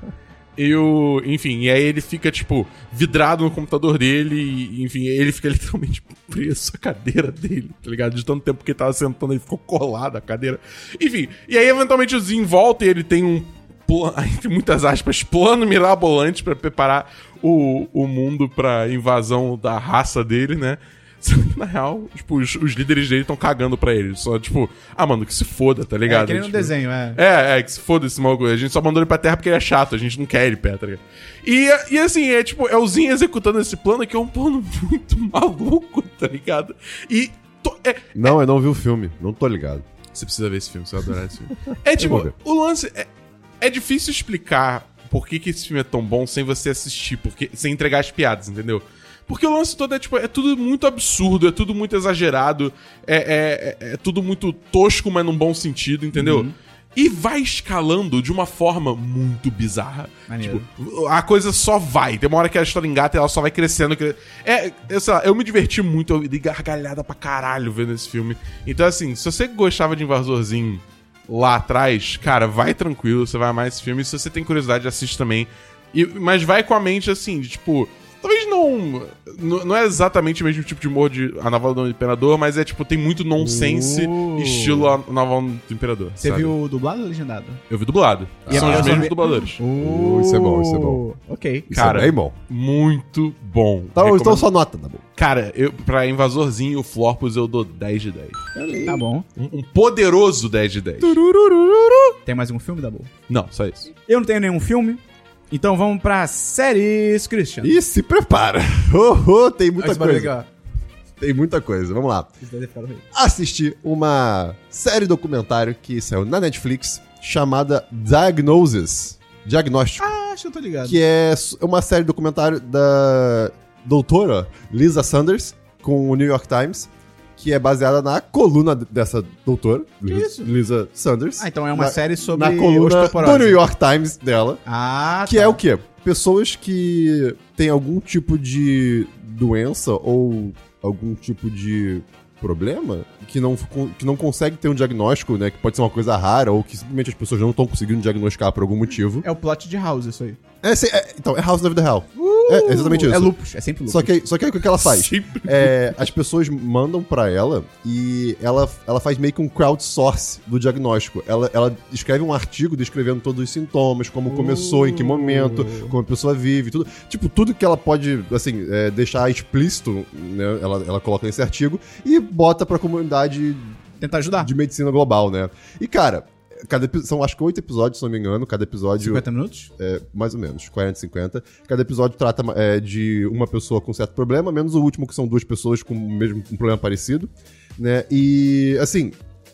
C: E o. Enfim, e aí ele fica, tipo, vidrado no computador dele, e, enfim, ele fica literalmente preso à cadeira dele, tá ligado? De tanto tempo que ele tava sentando, ele ficou colado à cadeira. Enfim, e aí eventualmente o Zin volta e ele tem um. pla- Entre muitas aspas, plano mirabolante pra preparar o, o mundo pra invasão da raça dele, né? Só que, Na real, tipo, os, os líderes dele estão cagando pra ele. Só, tipo, ah, mano, que se foda, tá ligado?
A: É, querendo um
C: Tipo,
A: desenho, é.
C: é, é, que se foda esse maluco. A gente só mandou ele pra terra porque ele é chato, a gente não quer ele perto, tá ligado? E, e assim, é tipo, é o Zin executando esse plano que é um plano muito maluco, tá ligado? E. to- é-
B: Não, eu não vi o filme, não tô ligado.
C: Você precisa ver esse filme, você vai adorar esse filme. É tipo,
B: ver.
C: o lance. É, é difícil explicar por que, que esse filme é tão bom sem você assistir, porque, sem entregar as piadas, entendeu? Porque o lance todo é tipo, é tudo muito absurdo, é tudo muito exagerado, é, é- é- é tudo muito tosco, mas num bom sentido, entendeu? E vai escalando de uma forma muito bizarra.
A: Maneiro.
C: Tipo, a coisa só vai. Tem uma hora que a história engata e ela só vai crescendo. cre- É, eu sei lá, eu me diverti muito, eu dei gargalhada pra caralho vendo esse filme. Então, assim, se você gostava de Invasorzinho lá atrás, cara, vai tranquilo, você vai amar esse filme. E se você tem curiosidade, assiste também. E- mas vai com a mente assim, de, tipo. Talvez não. n- Não é exatamente o mesmo tipo de humor de A Naval do Imperador, mas é tipo, tem muito nonsense,
A: Uh.
C: estilo A Naval do Imperador.
A: Você
C: sabe?
A: viu dublado ou legendado?
C: Eu vi dublado.
A: E é
C: São
A: a-
C: os
A: eu
C: mesmos
A: só-
C: dubladores.
B: Uh, isso é bom, isso é bom.
A: Ok. Tá
B: Isso
C: Cara,
B: é bem bom.
C: Muito bom.
B: Então,
C: Recomendo.
B: então só nota, tá bom.
C: Cara, eu, pra Invasorzinho, o Florpus eu dou 10 de 10.
A: Tá bom.
C: Um, um poderoso 10 de 10.
A: Tem mais um filme, Dabu?
C: Não, só isso.
A: Eu não tenho nenhum filme. Então vamos pra séries, Christian.
B: E se prepara. Oh, oh, tem
A: Olha
B: muita
A: esse barulho aqui, ó.
B: coisa.
A: é
B: Tem muita coisa. Vamos lá.
A: Vocês devem ficar doido.
B: Assisti uma série documentário que saiu na Netflix chamada Diagnosis. Diagnóstico.
A: Ah, acho que eu tô ligado.
B: que é s- uma série documentário da doutora Lisa Sanders com o New York Times, que é baseada na coluna d- dessa doutora, Lisa,
A: isso?
B: Lisa Sanders.
A: Ah, então é uma
B: na,
A: série sobre
B: na coluna
A: osteoporose.
B: do New York Times dela,
A: Ah,
B: que
A: tá.
B: é o quê? Pessoas que têm algum tipo de doença ou algum tipo de problema que não, fu- que não consegue ter um diagnóstico, né? Que pode ser uma coisa rara ou que simplesmente as pessoas não estão conseguindo diagnosticar por algum motivo.
A: É o plot de House, isso aí.
B: É, se- é, então, é House na vida real. é exatamente isso.
A: É lupus, é sempre lupus.
B: Só que, aí- só que aí o que que ela faz?
C: Sempre.
B: É, as pessoas mandam pra ela e ela, ela faz meio que um crowdsource do diagnóstico. Ela, ela escreve um artigo descrevendo todos os sintomas, como começou, em que momento, como a pessoa vive, tudo. Tipo, tudo que ela pode, assim, é, deixar explícito, né? Ela, ela coloca nesse artigo e bota pra comunidade
A: Tentar ajudar.
B: de medicina global, né? E, cara, cada, epi- são acho que oito episódios, se não me engano, cada episódio
A: 50 minutos?
B: é, mais ou menos, 40, 50. Cada episódio trata é, de uma pessoa com certo problema, menos o último, que são duas pessoas com o mesmo um problema parecido, né? E, assim.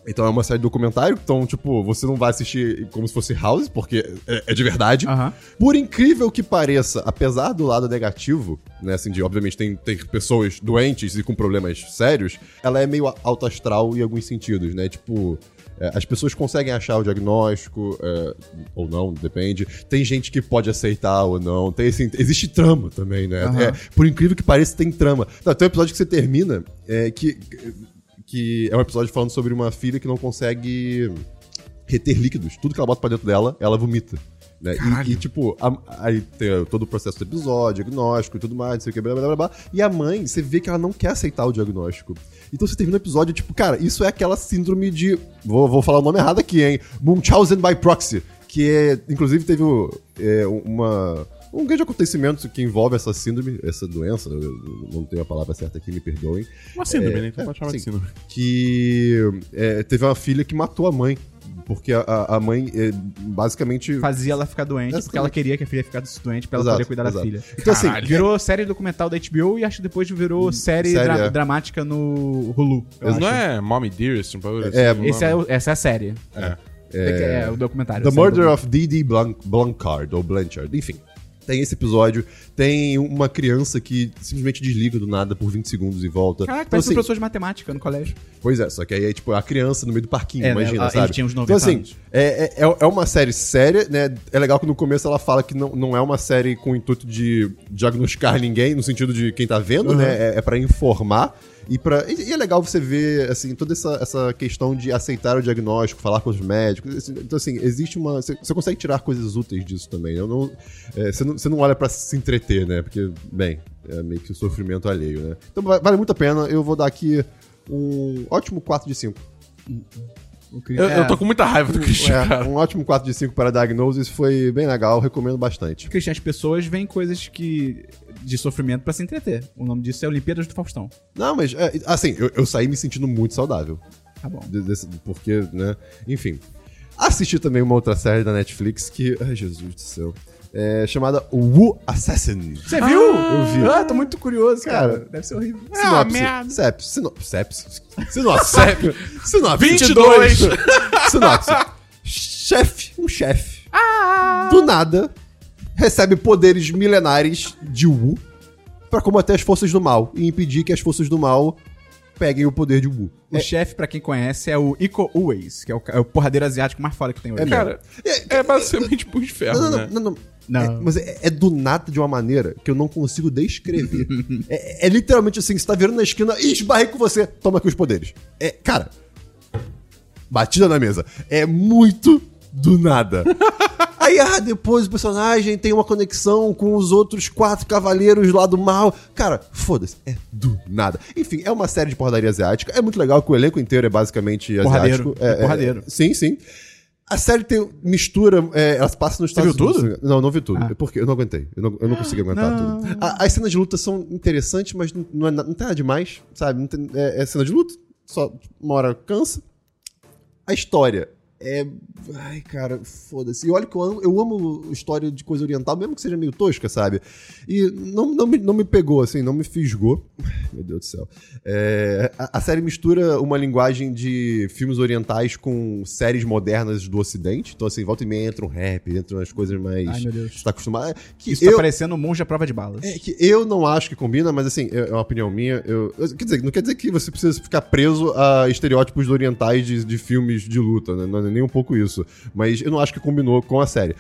B: Então é uma série de documentário, então, tipo, você não vai assistir como se fosse House, porque é, é de verdade.
A: Aham.
B: Por incrível que pareça, apesar do lado negativo, né, assim, de obviamente tem, tem pessoas doentes e com problemas sérios, ela é meio alto astral em alguns sentidos, né? Tipo, é, as pessoas conseguem achar o diagnóstico, é, ou não, depende. Tem gente que pode aceitar ou não. Tem, assim, existe trama também, né?
A: Aham.
B: É, por incrível que pareça, tem trama. Não, tem um episódio que você termina é, que, que é um episódio falando sobre uma filha que não consegue reter líquidos. Tudo que ela bota pra dentro dela, ela vomita. né? E- E, tipo, a- aí tem todo o processo do episódio, diagnóstico e tudo mais, não sei o que, blá, blá, blá, blá. E a mãe, você vê que ela não quer aceitar o diagnóstico. Então você termina o episódio, tipo, cara, isso é aquela síndrome de. Vou, vou falar o nome errado aqui, hein? Munchausen by proxy. Que é. Inclusive teve o- é, uma. Um grande acontecimento que envolve essa síndrome, essa doença, eu não tenho a palavra certa aqui, me perdoem
C: Uma síndrome, né? Então
B: é,
C: pode chamar de
B: sim.
C: síndrome.
B: que é, teve uma filha que matou a mãe. Porque a- a, a mãe é, basicamente.
A: Fazia ela ficar doente,
B: Exatamente.
A: porque ela queria que a filha ficasse doente pra ela
B: Exato,
A: poder cuidar da
B: exato.
A: filha.
B: Então, assim,
C: Caralho.
A: Virou série documental da HBO e acho que depois virou série,
B: série,
A: dra-
B: é.
A: dramática no Hulu. eu
C: Mas não
A: acho.
C: é Mommy Dearest, um bagulho
B: É,
C: assim,
A: Esse é,
C: não
A: o- essa é a série.
C: É.
A: É, o documentário.
B: The
A: série
B: Murder
A: do-
B: of D.D. Blan- Blanchard, ou Blanchard, enfim. Tem esse episódio, tem uma criança que simplesmente desliga do nada por 20 segundos e volta.
A: Caraca,
B: Então,
A: parece um
B: assim,
A: professor de matemática no colégio.
B: Pois é, só que aí é tipo a criança no meio do parquinho,
A: É, né,
B: imagina,
A: ela- ele
B: sabe?
A: tinha uns 90
B: então assim,
A: anos.
B: É, é, é uma série séria, né? É legal que no começo ela fala que não, não é uma série com o intuito de diagnosticar ninguém, no sentido de quem tá vendo, né? É, é para informar. E, pra, e, e é legal você ver, assim, toda essa, essa questão de aceitar o diagnóstico, falar com os médicos. assim, Então, assim, existe uma... Você você consegue tirar coisas úteis disso também. Eu não, é, você, não, você não olha pra se entreter, né? Porque, bem, é meio que o sofrimento alheio, né? Então, va- vale muito a pena. Eu vou dar aqui um ótimo 4 de 5.
C: Eu,
A: é.
C: eu tô com muita raiva do Cristiano,
B: É,
C: cara.
B: um ótimo 4 de 5 para Diagnosis, foi bem legal, recomendo bastante.
A: Cristian, as pessoas veem coisas que de sofrimento pra se entreter. O nome disso é Olimpíadas do Faustão.
B: Não, mas, é, assim, eu, eu saí me sentindo muito saudável,
A: Tá bom.
B: de- desse- porque, né, enfim. Assisti também uma outra série da Netflix que, ai Jesus do céu, é, chamada Wu Assassin.
A: Você viu?
B: Eu vi.
A: Ah, tô muito curioso, cara. é
B: Cara,
A: Deve ser horrível.
C: Ah,
B: Sinopse.
C: merda.
B: Seps. Sino... Seps. Sinopse. Sep. Sinopse.
C: 22.
B: Sinopse. Chefe. Um chefe.
C: Ah.
B: Do nada, recebe poderes milenares de Wu pra combater as forças do mal e impedir que as forças do mal peguem o poder de Wu.
A: O chefe, pra quem conhece, é o Iko Uwais, que é o, ca- é o porradeiro asiático mais foda que tem hoje.
C: Cara, é basicamente punho de ferro,
B: Não, não,
C: né?
B: não, não, não.
A: Não.
B: É, mas é, é do nada de uma maneira que eu não consigo descrever. é, é literalmente assim, você tá virando na esquina e esbarrei com você, toma aqui os poderes. É, cara. Batida na mesa. É muito do nada. Aí, ah, depois o personagem tem uma conexão com os outros quatro cavaleiros lá do mal. Cara, foda-se, é do nada. Enfim, é uma série de porradaria asiática. É muito legal que o elenco inteiro é basicamente
A: Porradeiro,
B: asiático. É,
A: é porradeiro.
B: sim, sim. A série tem mistura, é, ela se passa nos Estados
A: viu
B: Unidos. né?
A: tudo?
B: Não, não vi tudo. É
A: Ah.
B: Porque eu não aguentei. Eu não, eu não consegui aguentar tudo. A- as cenas de luta são interessantes, mas não, não, é, na- não tem nada demais, sabe? Não tem- é, é cena de luta, só uma hora cansa. A história é. Ai, cara, foda-se. E olha que eu amo, eu amo história de coisa oriental, mesmo que seja meio tosca, sabe? E não, não, me, não me pegou, assim, não me fisgou. Meu Deus do céu. É, a, a série mistura uma linguagem de filmes orientais com séries modernas do Ocidente. Então, assim, volta e meia entra um rap, entram umas coisas mais.
A: Ai, meu Deus.
B: Você tá acostumado. Que
A: Isso tá
B: eu,
A: parecendo um monge à prova de balas.
B: é que eu não acho que combina, mas assim, é é uma opinião minha. Eu, eu- quer dizer, não quer dizer que você precisa ficar preso a estereótipos orientais de, de filmes de luta, né? Não é nem um pouco isso. Mas eu não acho que combinou com a série.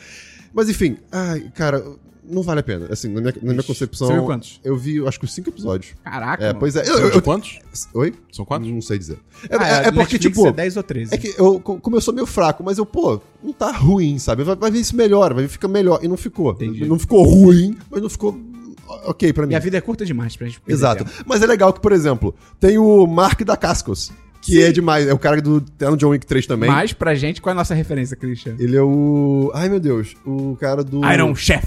B: Mas enfim, ai, cara, não vale a pena. Assim, na minha, na minha concepção.
A: Você viu quantos?
B: Eu vi, eu acho que os cinco episódios.
A: Caraca,
B: É,
A: mano.
B: pois é. Eu,
C: São
B: eu-
C: de
B: eu-
C: quantos?
B: Oi?
C: São quantos?
B: Não sei dizer. É,
A: Ah,
B: é- é porque,
A: Netflix
B: tipo.
A: É 10 ou 13.
B: É que eu, co- como eu sou meio fraco, mas eu, pô, não tá ruim, sabe? Vai, vai ver isso melhor, vai ver fica melhor. E não ficou.
A: Entendi.
B: Não ficou ruim, mas não ficou ah, ok pra mim.
A: E a vida é curta demais pra gente. perder
B: Exato.
A: tempo.
B: Mas é legal que, por exemplo, tem o Mark da Cascos, que é demais. É o cara do tá no John Wick 3 também.
A: Mas pra gente, qual é a nossa referência, Christian?
B: Ele é o. Ai, meu Deus. O cara do.
A: Iron Chef.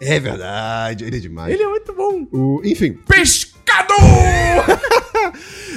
B: É verdade, ele é demais.
A: Ele é muito bom.
B: O... Enfim,
C: Pescador!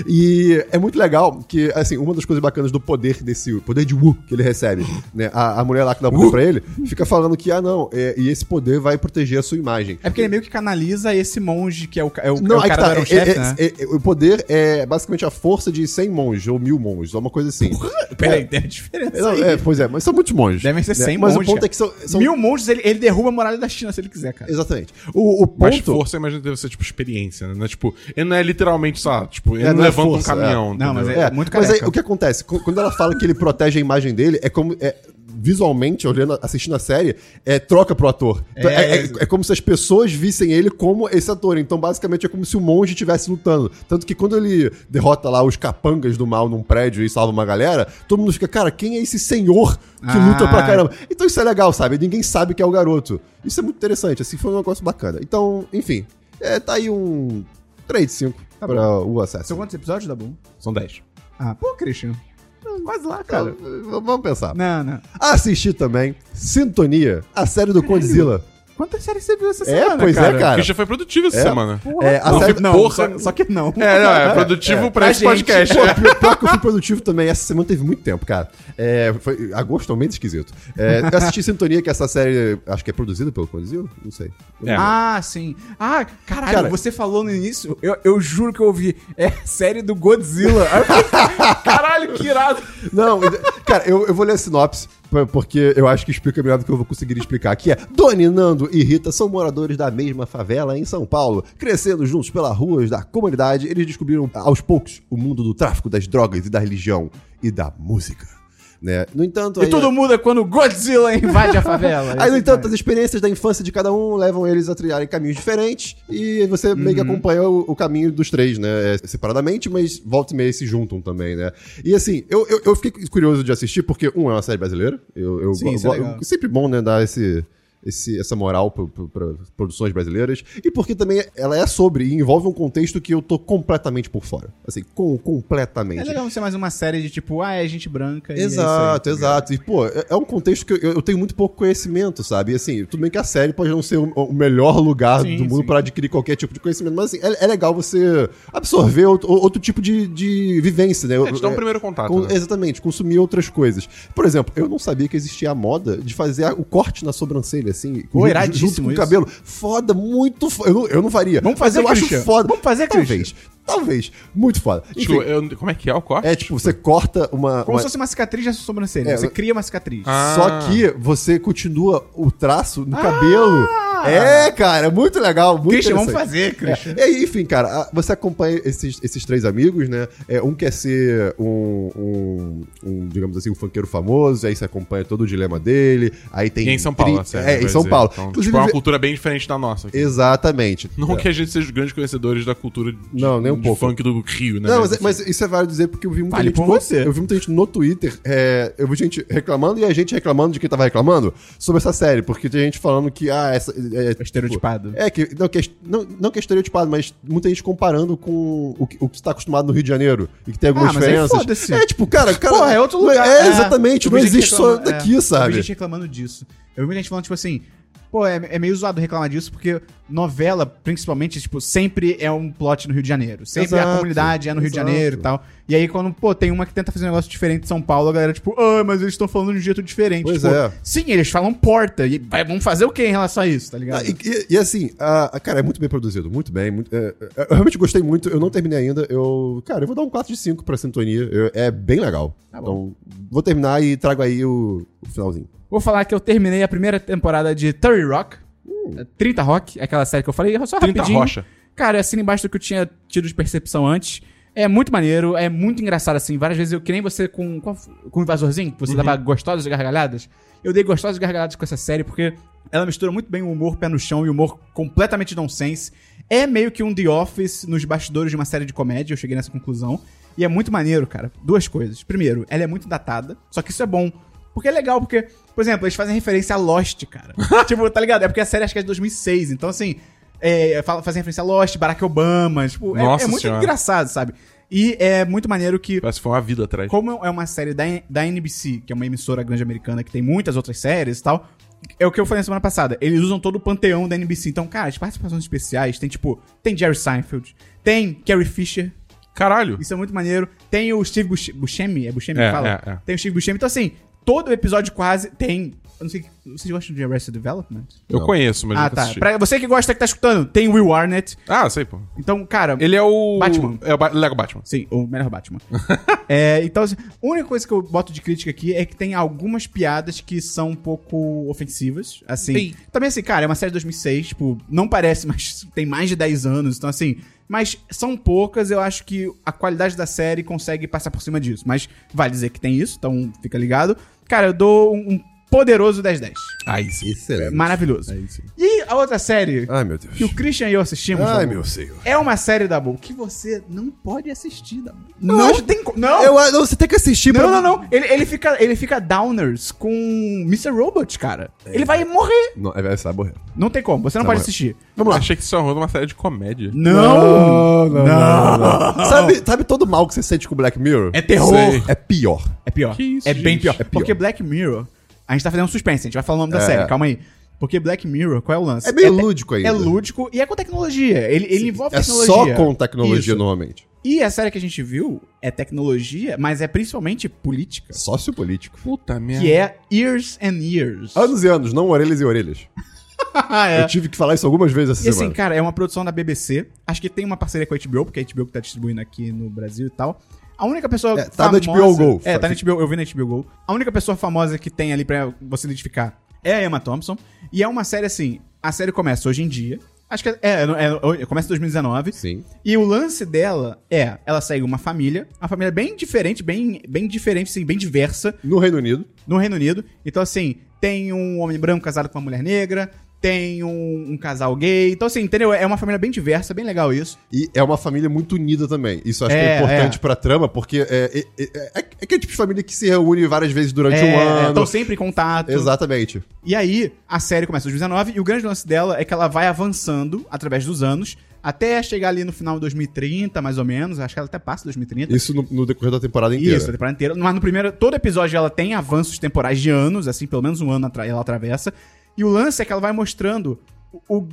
B: E é muito legal que, assim, uma das coisas bacanas do poder desse, o poder de Wu que ele recebe, né? A, a mulher lá que dá o poder pra ele fica falando que, ah, não, é- e esse poder vai proteger a sua imagem.
A: É porque ele meio que canaliza esse monge que é o, ca- é o, é
B: Não,
A: o
B: aí que
A: cara
B: tá.
A: do Iron
B: é-
A: Chef,
B: é-
A: né?
B: é- é- o poder é basicamente a força de 100 monges ou mil monges, uma coisa assim.
A: Peraí, tem a diferença
B: Não,
A: aí.
B: é, pois é, mas são muitos monges.
A: Devem ser 100
B: Mas
A: monges,
B: o ponto
A: cara.
B: é que são. são-
A: Mil monges, ele, ele derruba a muralha da China se ele quiser, cara.
B: Exatamente. O, o
C: Mas
B: ponto.
C: força, imagina, deve ser, tipo, experiência, né? Não é, Tipo, ele não é literalmente, sei lá, tipo, ele
B: É,
C: não
B: não é
C: levanta
B: força,
C: um caminhão.
A: Não, mas
C: entendeu?
A: é muito
B: mas aí,
A: careca.
B: o que acontece? Qu- Quando ela fala que ele protege a imagem dele, é como. é, visualmente, olhando, assistindo a série, é troca pro ator. Então,
A: É.
B: É, é- é como se as pessoas vissem ele como esse ator. Então, basicamente, é como se o monge estivesse lutando. Tanto que quando ele derrota lá os capangas do mal num prédio e salva uma galera, todo mundo fica, cara, quem é esse senhor que luta pra
A: Ah.
B: caramba? Então isso é legal, sabe? Ninguém sabe que é o garoto. Isso é muito interessante, assim, foi um negócio bacana. Então, enfim, é, tá aí um 3 de 5
A: Tá
B: pra o acesso.
A: São quantos episódios, Dabu?
C: São 10.
A: Ah, pô, Christian. Quase lá,
B: Cara,
A: cara.
B: vamos pensar.
A: Não, não.
B: Assisti também Sintonia, a série do Condzilla.
A: Quantas séries você viu essa
B: É,
A: semana,
B: pois
A: cara?
B: é, cara.
C: Christian foi produtivo essa
B: É.
C: semana.
A: Porra,
B: É, a
A: não,
B: série-
A: não
C: porra.
A: só, só que não.
C: É, não, é produtivo pra
A: Pra
C: esse
A: gente.
C: podcast.
B: Pô, pior, pior que eu fui produtivo também. Essa semana teve muito tempo, cara. É, foi, agosto é um mês esquisito. É, eu assisti Sintonia, que essa série acho que é produzida pelo Condzilla, não sei.
C: É.
A: Ah, sim. Ah, caralho,
B: Cara-
A: você falou no início, eu, eu juro que eu ouvi. É a série do Godzilla. Aí eu falei, caralho, que irado.
B: Não, cara, eu, eu vou ler a sinopse. p- Porque eu acho que explica melhor do que eu vou conseguir explicar. Que é Doni, Nando e Rita são moradores da mesma favela em São Paulo. Crescendo juntos pelas ruas da comunidade, eles descobriram aos poucos o mundo do tráfico, das drogas e da religião e da música. Né? No entanto.
A: E
B: aí-
A: tudo muda quando o Godzilla invade a favela.
B: Aí, então, no
A: Esse
B: entanto,
A: cara.
B: as experiências da infância de cada um levam eles a trilharem caminhos diferentes e você meio
A: Uhum.
B: que acompanha o, o caminho dos três, né? É, Separadamente, mas volta e meia se juntam também, né? E assim, eu, eu, eu fiquei curioso de assistir porque, um, é uma série brasileira. Eu, eu,
A: Sim,
B: go-
A: isso é
B: go-
A: legal.
B: sempre bom, né, dar esse... Esse, essa moral para produções brasileiras e porque também ela é sobre e envolve um contexto que eu tô completamente por fora assim com, completamente
A: É legal ser mais uma série de tipo, ah, é gente branca. e é isso aí,
B: Exato,
A: tá ligado?
B: exato. E, pô, é é um contexto que eu, eu tenho muito pouco conhecimento, sabe? E, assim, tudo bem que a série pode não ser o, o melhor lugar
A: Sim,
B: do mundo
A: sim.
B: pra adquirir qualquer tipo de conhecimento, mas, assim, é, é legal você absorver outro, outro tipo de, de vivência, né?
C: É, te dá um primeiro contato.
B: Com-
C: né?
B: Exatamente, consumir outras coisas. Por exemplo, eu não sabia que existia a moda de fazer a- o corte na sobrancelha, assim,
A: Pô,
B: ju-
A: iradíssimo
B: junto com o
A: isso.
B: cabelo. Foda, muito foda. Eu não, eu não faria.
A: Vamos
B: Mas
A: fazer,
B: eu acho
A: Christian.
B: foda.
A: Vamos fazer,
B: Talvez.
A: Christian.
B: Talvez. Muito foda. Enfim,
C: Tipo, eu- como é que é o corte?
B: é tipo, você corta uma...
A: Como
B: uma-
A: se fosse uma cicatriz da sua sobrancelha.
B: É,
A: você
B: eu-
A: cria uma cicatriz.
C: Ah.
B: Só que você continua o traço no cabelo.
C: Ah.
B: É, cara, muito legal, muito
A: Christian, vamos fazer,
B: interessante.
A: Christian.
B: É, e, enfim, cara, a- você acompanha esses, esses três amigos, né? É, um quer ser um, um- um, digamos assim, um funkeiro famoso, aí você acompanha todo o dilema dele, aí tem...
C: E em São Paulo,
B: tri-
C: sério,
B: É,
C: vai
B: em São
C: dizer.
B: Paulo.
C: Então,
B: Inclusive,
C: tipo, é uma cultura bem diferente da nossa. aqui.
B: Exatamente.
C: Não
B: É.
C: que a gente seja os grandes conhecedores da cultura de,
B: Não, nem um
C: de
B: pouco.
C: funk do Rio, né?
B: Não, mas, mas isso é válido dizer porque eu vi muita
A: assim? Fale
B: gente.
A: por
B: no-
A: você.
B: Eu vi muita gente no Twitter. é, eu vi gente reclamando e a gente reclamando de quem tava reclamando sobre essa série. Porque tem gente falando que, ah, essa. É, tipo,
A: estereotipado.
B: É, que. Não que, é est- não, não que é estereotipado, mas muita gente comparando com o que, o que tá acostumado no Rio de Janeiro e que tem algumas
A: Ah, mas aí
B: diferenças.
A: foda-se.
B: É, tipo, cara, cara.
A: Porra, é outro
B: não-
A: lugar.
B: É, exatamente,
A: Eu
B: não
A: vi gente
B: existe só
A: reclamando-
B: daqui,
A: é, Eu
B: sabe?
A: vi gente reclamando disso. Eu vi gente falando, tipo assim, pô, é, é meio zoado reclamar disso, porque novela, principalmente, tipo, sempre é um plot no Rio de Janeiro. Sempre a
B: Exato.
A: comunidade é no Rio de
B: Exato.
A: Janeiro e tal. E aí, quando, pô, tem uma que tenta fazer um negócio diferente de São Paulo, a galera, tipo, ah, mas eles estão falando de um jeito diferente.
B: Pois
A: Tipo,
B: é.
A: Sim, eles falam porta. E vai- vamos fazer o que em relação a isso, tá ligado?
B: Ah, e, e- e assim, a, a- cara, é muito bem produzido, muito bem. muito- é, é, eu realmente gostei muito, eu não terminei ainda. Eu, cara, eu vou dar um 4 de 5 pra sintonia. eu- é bem legal.
A: Tá
B: então, vou terminar e trago aí o, o finalzinho.
A: Vou falar que eu terminei a primeira temporada de 30 Rock. 30 Rock, é aquela série que eu falei, só
C: 30
A: rapidinho.
C: Rocha.
A: Cara, é assim embaixo do que eu tinha tido de percepção antes. É muito maneiro, é muito engraçado, assim. Várias vezes eu, que nem você com, com, a- com o Invasorzinho, que você dava gostosas gargalhadas. Eu dei gostosas gargalhadas com essa série, porque ela mistura muito bem o humor pé no chão e o humor completamente nonsense. É meio que um The Office nos bastidores de uma série de comédia, eu cheguei nessa conclusão. E é muito maneiro, cara. Duas coisas. Primeiro, ela é muito datada, só que isso é bom. Porque é legal, porque, por exemplo, eles fazem referência a Lost, cara. tipo, tá ligado? É porque a série acho que é de 2006, então assim, é, fala- fazem referência a Lost, Barack Obama, tipo, é-
C: Nossa
A: é, muito
C: Senhora.
A: engraçado, sabe? E é muito maneiro que
C: Parece que foi uma vida atrás.
A: como é uma série da, da NBC, que é uma emissora grande americana que tem muitas outras séries e tal, é o que eu falei na semana passada. Eles usam todo o panteão da NBC. Então, cara, as participações especiais tem, tipo, tem Jerry Seinfeld, tem Carrie Fisher,
C: Caralho.
A: isso é muito maneiro. Tem o Steve Bush Buscemi, é Buscemi
C: É,
A: que fala?
C: é, é.
A: Tem o Steve Buscemi. Então, assim, todo episódio quase tem... Eu não sei, vocês gostam de Arrested Development?
C: Eu conheço, mas
A: ah,
C: nunca
A: tá.
C: assisti.
A: Pra você que gosta, que tá escutando, tem Will Arnett.
C: Ah, sei, pô.
A: Então, cara...
C: Ele é o...
A: Batman.
C: É o Ba- Lego Batman.
A: Sim, o melhor Batman. É, então, assim, a única coisa que eu boto de crítica aqui é que tem algumas piadas que são um pouco ofensivas, assim.
C: Sim.
A: Também, assim, cara, é uma série de 2006, tipo, não parece, mas tem mais de 10 anos, então, assim... Mas são poucas, eu acho que a qualidade da série consegue passar por cima disso. Mas vale dizer que tem isso, então fica ligado. Cara, eu dou um, um poderoso 10-10.
C: Aí sim.
B: Excelente. é
A: Maravilhoso. E a outra série
B: Ai, meu Deus.
A: que o Christian e eu assistimos...
B: Ai,
A: Dabu,
B: meu senhor.
A: É uma série, Dabu, que você não pode assistir, Dabu.
B: Não.
A: tem... co- Não!
B: Eu, ah, não, você tem que assistir
A: Não, não, não. Ele, ele, fica, ele fica downers com Mr. Robot, cara.
B: É.
A: Ele vai morrer.
B: não. É, vai morrer.
A: Não tem como, você não
B: Tá
A: pode
B: bom.
A: assistir.
B: Vamos lá.
C: Achei que isso era uma série de comédia.
A: Não!
B: não, não, não, não. Sabe, sabe todo mal que você sente com Black Mirror?
A: É terror.
C: Sei.
B: É pior.
A: É pior.
C: Que isso,
A: é bem
C: gente?
A: pior.
B: É pior.
A: Porque Black Mirror. A gente tá fazendo um suspense, a gente vai falar o nome da
B: É.
A: série, calma aí. Porque Black Mirror, qual é o lance?
B: É meio lúdico ainda.
A: É lúdico e é com tecnologia. Ele, ele envolve
B: É
A: tecnologia.
B: só com tecnologia
A: Isso.
B: normalmente.
A: E a série que a gente viu é tecnologia, mas é principalmente política.
B: Sócio político.
C: Puta merda.
A: Que é Years and Years.
B: Anos e anos, não orelhas e orelhas.
A: é.
B: Eu tive que falar isso algumas vezes essa
A: E assim,
B: semana.
A: cara, é uma produção da BBC. Acho que tem uma parceria com a HBO, porque é a HBO que tá distribuindo aqui no Brasil e tal. A única pessoa
B: É, tá na HBO Go.
A: É, tá na
B: Fica-
A: HBO, eu vi na HBO Go. A única pessoa famosa que tem ali pra você identificar é a Emma Thompson. E é uma série assim, a série começa hoje em dia. Acho que é, é- é- começa em 2019.
B: Sim.
A: E o lance dela é, ela segue uma família, uma família bem diferente, bem, bem diferente, assim, bem diversa
B: No Reino Unido.
A: no Reino Unido. Então, assim, tem um homem branco casado com uma mulher negra, tem um, um casal gay. Então, assim, entendeu? É uma família bem diversa, bem legal isso.
B: E é uma família muito unida também. Isso acho que
A: É,
B: é importante
A: é.
B: pra trama, porque é, é, é, é aquele tipo de família que se reúne várias vezes
A: É,
B: durante um ano.
A: Estão sempre em contato.
B: Exatamente.
A: E aí, a série começa em 2019 e o grande lance dela é que ela vai avançando através dos anos, até chegar ali no final de 2030, mais ou menos. Acho que ela até passa 2030.
B: Isso no, no decorrer da temporada inteira.
A: Isso, né? a temporada inteira. Mas no primeiro, todo episódio ela tem avanços temporais de anos, assim, pelo menos um ano atra- ela atravessa. E o lance é que ela vai mostrando o, o-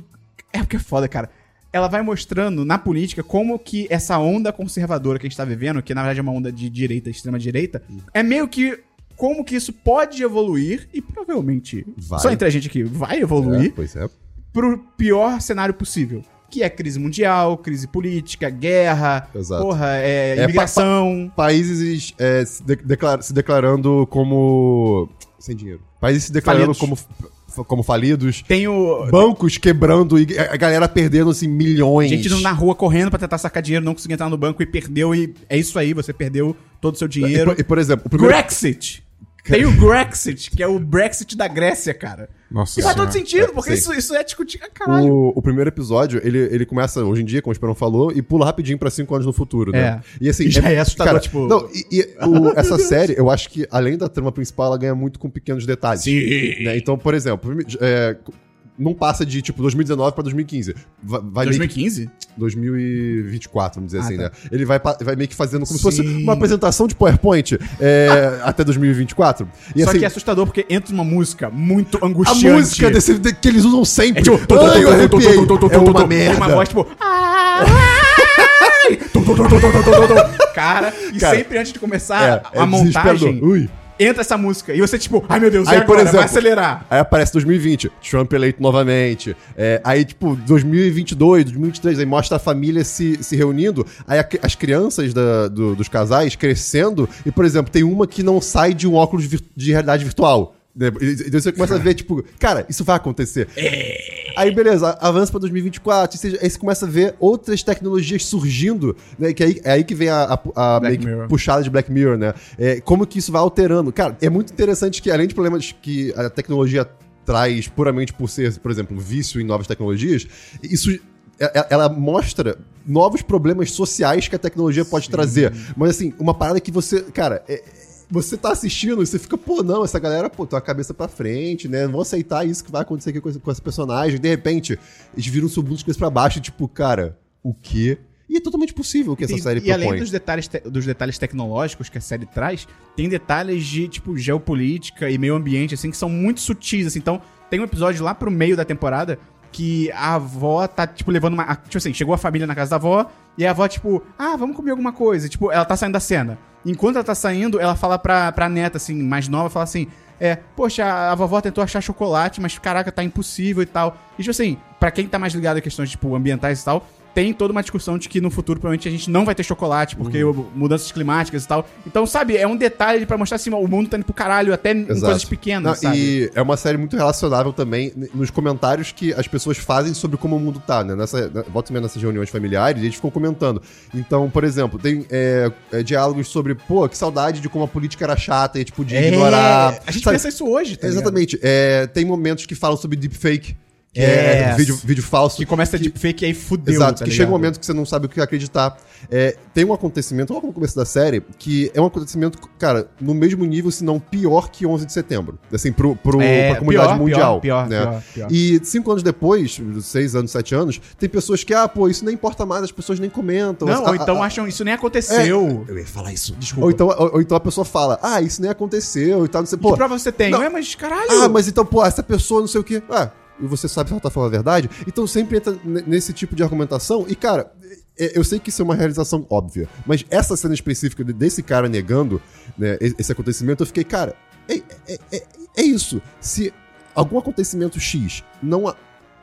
A: É porque é foda, cara. Ela vai mostrando na política como que essa onda conservadora que a gente tá vivendo, que na verdade é uma onda de direita, extrema-direita, é meio que como que isso pode evoluir e provavelmente,
B: Vai.
A: só entre a gente aqui, vai evoluir
B: É, pois é.
A: pro pior cenário possível. Que é crise mundial, crise política, guerra,
B: Exato.
A: porra, é,
B: É,
A: imigração.
B: Países é, se, de- declar- se declarando como. Sem dinheiro. Países se declarando
A: Falidos.
B: como, como falidos.
A: Tem o.
B: Bancos quebrando e a galera perdendo assim, milhões.
A: Gente indo na rua correndo pra tentar sacar dinheiro, não conseguiu entrar no banco e perdeu. E é isso aí, você perdeu todo o seu
B: E
A: dinheiro.
B: por, e, por exemplo, o primeiro.
A: Grexit! Tem o Grexit, que é o Brexit da Grécia, cara.
C: Nossa
A: E assim. faz todo
C: senhora.
A: sentido, porque
B: Sim.
A: isso, isso é discutir. Ah, caralho.
B: O, o primeiro episódio, ele, ele começa hoje em dia, como o Esperão falou, e pula rapidinho pra cinco anos no futuro, né? E assim,
A: Já é assustador,
B: cara,
A: tipo-
B: Não, e, e o- essa série, eu acho que, além da trama principal, ela ganha muito com pequenos detalhes.
C: Sim.
B: né? Então, por exemplo, é, não passa de, tipo, 2019 pra 2015. Vai, vai meio que
A: 2015?
B: 2024, vamos dizer
A: Ah,
B: assim,
A: tá.
B: né? Ele vai, pa- vai meio que fazendo como se
A: Sim.
B: fosse uma apresentação de PowerPoint é, até 2024. E
A: Só
B: assim,
A: que é assustador porque entra uma música muito
B: a
A: angustiante.
B: música desse- de- que eles usam sempre.
A: É tipo. tum, tum,
B: Ai, eu
A: tum, tum,
B: arrepiei.
A: tum, tum, tum,
B: É
A: tum,
B: uma
A: tum. Tem uma
B: merda.
A: voz tipo. ai, tum, tum, tum, tum, tum, tum, tum. Cara, e
B: Cara,
A: sempre antes de
B: É,
A: começar
B: é
A: Ah, a montagem,
B: desesperador. Ui.
A: entra essa música. E você, tipo, ai meu Deus,
B: Aí,
A: e
B: por
A: agora? vai
B: exemplo,
A: acelerar.
B: Aí aparece 2020, Trump eleito novamente. É, aí, tipo, 2022, 2023, aí mostra a família se, se reunindo. Aí a- as crianças da- do- dos casais crescendo. E, por exemplo, tem uma que não sai de um óculos vir- de realidade virtual. né? E- e Daí você começa a ver, tipo, cara, isso vai acontecer. Aí, beleza, avança pra 2024. Ou seja, aí você começa a ver outras tecnologias surgindo, né? Que aí, é aí que vem a, a- a
A: Black
B: meio que
A: Mirror.
B: puxada de Black Mirror, né? É, como que isso vai alterando. Cara, é muito interessante que, além de problemas que a tecnologia traz puramente por ser, por exemplo, um vício em novas tecnologias, isso. é- é- Ela mostra novos problemas sociais que a tecnologia pode trazer. Mas, assim, uma parada que você. Cara, é- você tá assistindo e você fica, pô, não, essa galera, pô, tem a cabeça pra frente, né? Não vou aceitar isso que vai acontecer aqui com esse, com esse personagem. De repente, eles viram submundo de coisa pra baixo, tipo, cara, o quê? E é totalmente possível o que essa
A: e,
B: série
A: e além
B: propõe.
A: dos detalhes, te- dos detalhes tecnológicos que a série traz, tem detalhes de, tipo, geopolítica e meio ambiente, assim, que são muito sutis, assim. Então, tem um episódio lá pro meio da temporada que a avó tá, tipo, levando uma... a- Tipo assim, chegou a família na casa da avó e a avó, tipo, ah, vamos comer alguma coisa. E, Tipo, ela tá saindo da cena. Enquanto ela tá saindo, ela fala pra, pra neta, assim, mais nova, fala assim... É, poxa, a vovó tentou achar chocolate, mas caraca, tá impossível e tal. E, tipo assim, pra quem tá mais ligado a questões, tipo, ambientais e tal, tem toda uma discussão de que no futuro provavelmente a gente não vai ter chocolate, porque
B: Uhum.
A: o- mudanças climáticas e tal. Então, sabe, é um detalhe pra mostrar assim, ó, o mundo tá indo pro caralho, até em
B: Exato.
A: coisas pequenas,
B: Não,
A: sabe?
B: E é uma série muito relacionável também n- nos comentários que as pessoas fazem sobre como o mundo tá, né? Nessa, na- volta e meia nessas reuniões familiares, eles ficam comentando. Então, por exemplo, tem é, é, diálogos sobre, pô, que saudade de como a política era chata e a gente podia
A: É,
B: ignorar.
A: A gente
B: Sabe?
A: pensa isso hoje, tá ligado?
B: Exatamente. É, tem momentos que falam sobre deepfake, que
A: É.
B: é vídeo, vídeo falso.
A: Que começa a deepfake e aí fudeu,
B: Exato,
A: tá
B: que
A: ligado?
B: chega um momento que você não sabe o que acreditar. É, tem um acontecimento, logo no começo da série, que é um acontecimento, cara, no mesmo nível, se não pior que 11 de setembro. Assim, pro, pro,
A: É,
B: pra comunidade
A: pior,
B: mundial.
A: pior,
B: né?
A: pior, pior.
B: E cinco anos depois, seis anos, sete anos, tem pessoas que, ah, pô, isso nem importa mais, as pessoas nem comentam.
A: Não,
B: Ah,
A: ou então
B: ah,
A: acham isso nem aconteceu.
B: Eu ia falar isso.
A: Desculpa.
B: Ou então, ou, ou então a pessoa fala, ah, isso nem aconteceu e tal, não sei.
A: Pô,
B: Pô,
A: que prova você tem?
B: não.
A: Ué, mas caralho.
B: ah, mas então, pô, essa pessoa não sei o quê. Ah, e você sabe se ela tá falando a verdade? Então sempre entra ne- nesse tipo de argumentação. E, cara, é- eu sei que isso é uma realização óbvia, mas essa cena específica de- desse cara negando né, e- esse acontecimento, eu fiquei, cara, é, é- é- é isso. Se algum acontecimento X não a-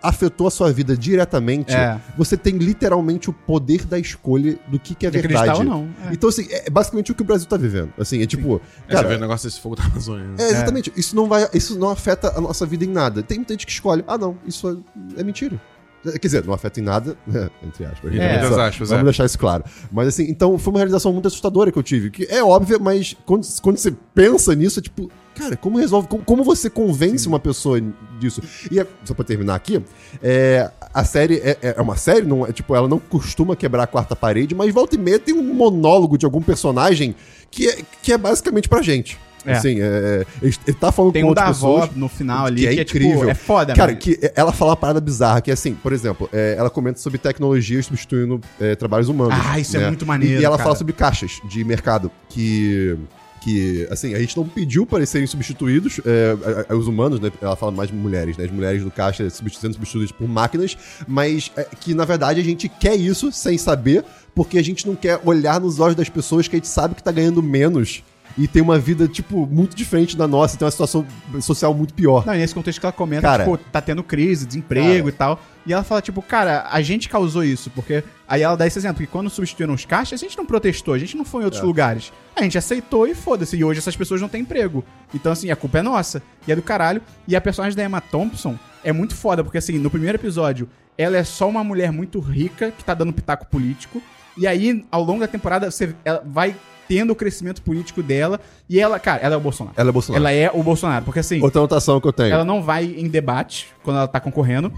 B: afetou a sua vida diretamente,
A: É.
B: você tem literalmente o poder da escolha do que, que é
A: De acreditar
B: verdade.
A: ou não, é.
B: Então, assim, é basicamente o que o Brasil tá vivendo. Assim, é tipo.
C: É, você vê o negócio desse fogo da Amazônia. né?
A: tá
B: É, exatamente. Isso, não vai, isso não afeta a nossa vida em nada. Tem muita gente que escolhe, ah, não, isso é, é mentira. É, Quer dizer, não afeta em nada, né, entre aspas.
A: É.
B: Vamos,
C: Muitas aspas,
B: vamos
C: é.
B: deixar isso claro. Mas assim, então foi uma realização muito assustadora que eu tive, que é óbvia, mas quando, quando você pensa nisso, é tipo, cara, como resolve, como, como você convence uma pessoa disso? E é- só pra terminar aqui, é, a série é, é- é uma série, não, é, tipo, ela não costuma quebrar a quarta parede, mas volta e meia tem um monólogo de algum personagem que é, que é basicamente pra gente.
A: É.
B: Assim, é, ele, ele tá falando
A: Tem
B: com
A: um
B: outras
A: da avó
B: pessoas.
A: no final ali,
B: que é incrível.
A: é foda,
B: Cara,
A: mano.
B: que ela fala uma parada bizarra, que é assim, por exemplo, é, ela comenta sobre tecnologia substituindo é, trabalhos humanos. né?
A: Ah, isso é muito maneiro,
B: E, e ela
A: cara.
B: fala sobre caixas de mercado, que... Que, assim, a gente não pediu para eles serem substituídos, é, a- a- os humanos, né? Ela fala mais de mulheres, né? As mulheres do caixa substitu- sendo substituídas por máquinas, mas é, que, na verdade, a gente quer isso sem saber, porque a gente não quer olhar nos olhos das pessoas que a gente sabe que tá ganhando menos e tem uma vida, tipo, muito diferente da nossa, tem uma situação social muito pior.
A: Não, e nesse contexto que ela comenta,
B: Cara.
A: tipo, tá tendo crise, desemprego e tal. E ela fala, tipo, cara, a gente causou isso, porque. Aí ela dá esse exemplo, que quando substituíram os caixas, a gente não protestou, a gente não foi em outros lugares. A gente aceitou e foda-se. E hoje essas pessoas não têm emprego. Então, assim, a culpa é nossa. E é do caralho. E a personagem da Emma Thompson é muito foda, porque, assim, no primeiro episódio, ela é só uma mulher muito rica que tá dando pitaco político. E aí, ao longo da temporada, você ela vai tendo o crescimento político dela. E ela, cara, ela é o Bolsonaro.
B: Ela é Bolsonaro.
A: Ela é o Bolsonaro, porque assim,
B: Outra anotação que eu tenho.
A: ela não vai em debate quando ela tá concorrendo.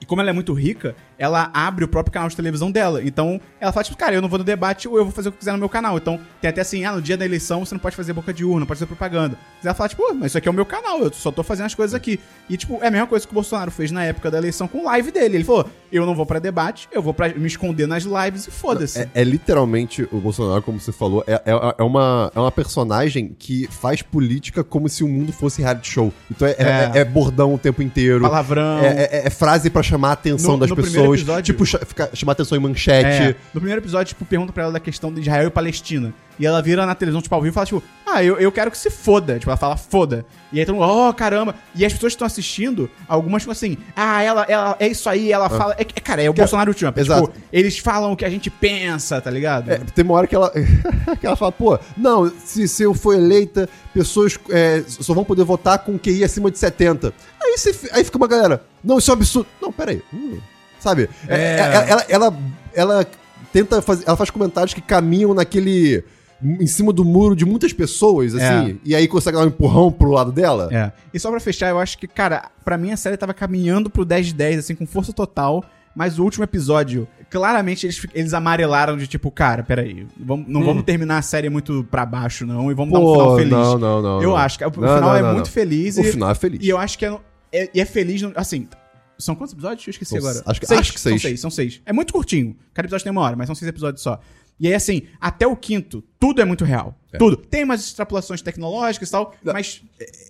A: E como ela é muito rica, ela abre o próprio canal de televisão dela. Então, ela fala, tipo, cara, eu não vou no debate ou eu vou fazer o que quiser no meu canal. Então, tem até assim, ah, no dia da eleição você não pode fazer boca de urna, não pode fazer propaganda. Mas ela fala, tipo, "Pô, mas isso aqui é o meu canal, eu só tô fazendo as coisas aqui. E, tipo, é a mesma coisa que o Bolsonaro fez na época da eleição com live dele. Ele falou, eu não vou pra debate, eu vou pra me esconder nas lives e foda-se.
B: É, é literalmente o Bolsonaro, como você falou, é, é- é uma, é uma personagem que faz política como se o mundo fosse reality show. Então é, é- é bordão o tempo inteiro.
A: Palavrão.
B: É, é- é frase pra chamar a atenção
A: No-
B: das
A: no primeiro
B: pessoas.
A: episódio-
B: Tipo, cha- ficar- chamar atenção em manchete.
A: É, no primeiro episódio, tipo, pergunta pra ela da questão de Israel e Palestina. E ela vira na televisão, tipo, ao vivo e fala, tipo, ah, eu, eu quero que se foda. Tipo, ela fala, foda. E aí todo mundo, oh, caramba. E as pessoas que estão assistindo, algumas ficam assim, ah, ela, ela, é isso aí, ela fala. É, que- cara, é o Bolsonaro e o Trump. É,
B: Ah. Exato.
A: Tipo, eles falam o que a gente pensa, tá ligado?
B: É, tem uma hora que ela, que ela fala, pô, não, se, se eu for eleita, pessoas é, só vão poder votar com QI acima de 70. Aí, você fi- aí fica uma galera, não, isso é um absurdo. Não, peraí. hum, sabe? É, é- Ela, ela, ela tenta fazer. Ela faz comentários que caminham naquele. em cima do muro de muitas pessoas, assim, e aí consegue dar um empurrão pro lado dela.
A: É. E só pra fechar, eu acho que, cara, pra mim a série tava caminhando pro 10 de 10, assim, com força total. Mas o último episódio, claramente eles, fi- eles amarelaram de tipo, cara, peraí, vamos, não vamos terminar a série muito pra baixo, não, e vamos dar um
B: Hum. Pô,
A: final feliz.
B: não, não, não,
A: Eu
B: não.
A: acho que o
B: Não,
A: final
B: não,
A: é
B: não,
A: muito
B: não.
A: feliz.
B: O
A: e-
B: final é feliz.
A: E eu acho que é, no- é- e é feliz, no- assim, são quantos episódios? Eu esqueci
B: São-
A: agora.
B: acho que- acho que
A: São
B: seis.
A: seis, são seis. É muito curtinho. Cada episódio tem uma hora, mas são seis episódios só. E aí, assim, até o quinto, tudo é muito real. Tudo. Tem umas extrapolações tecnológicas e tal, mas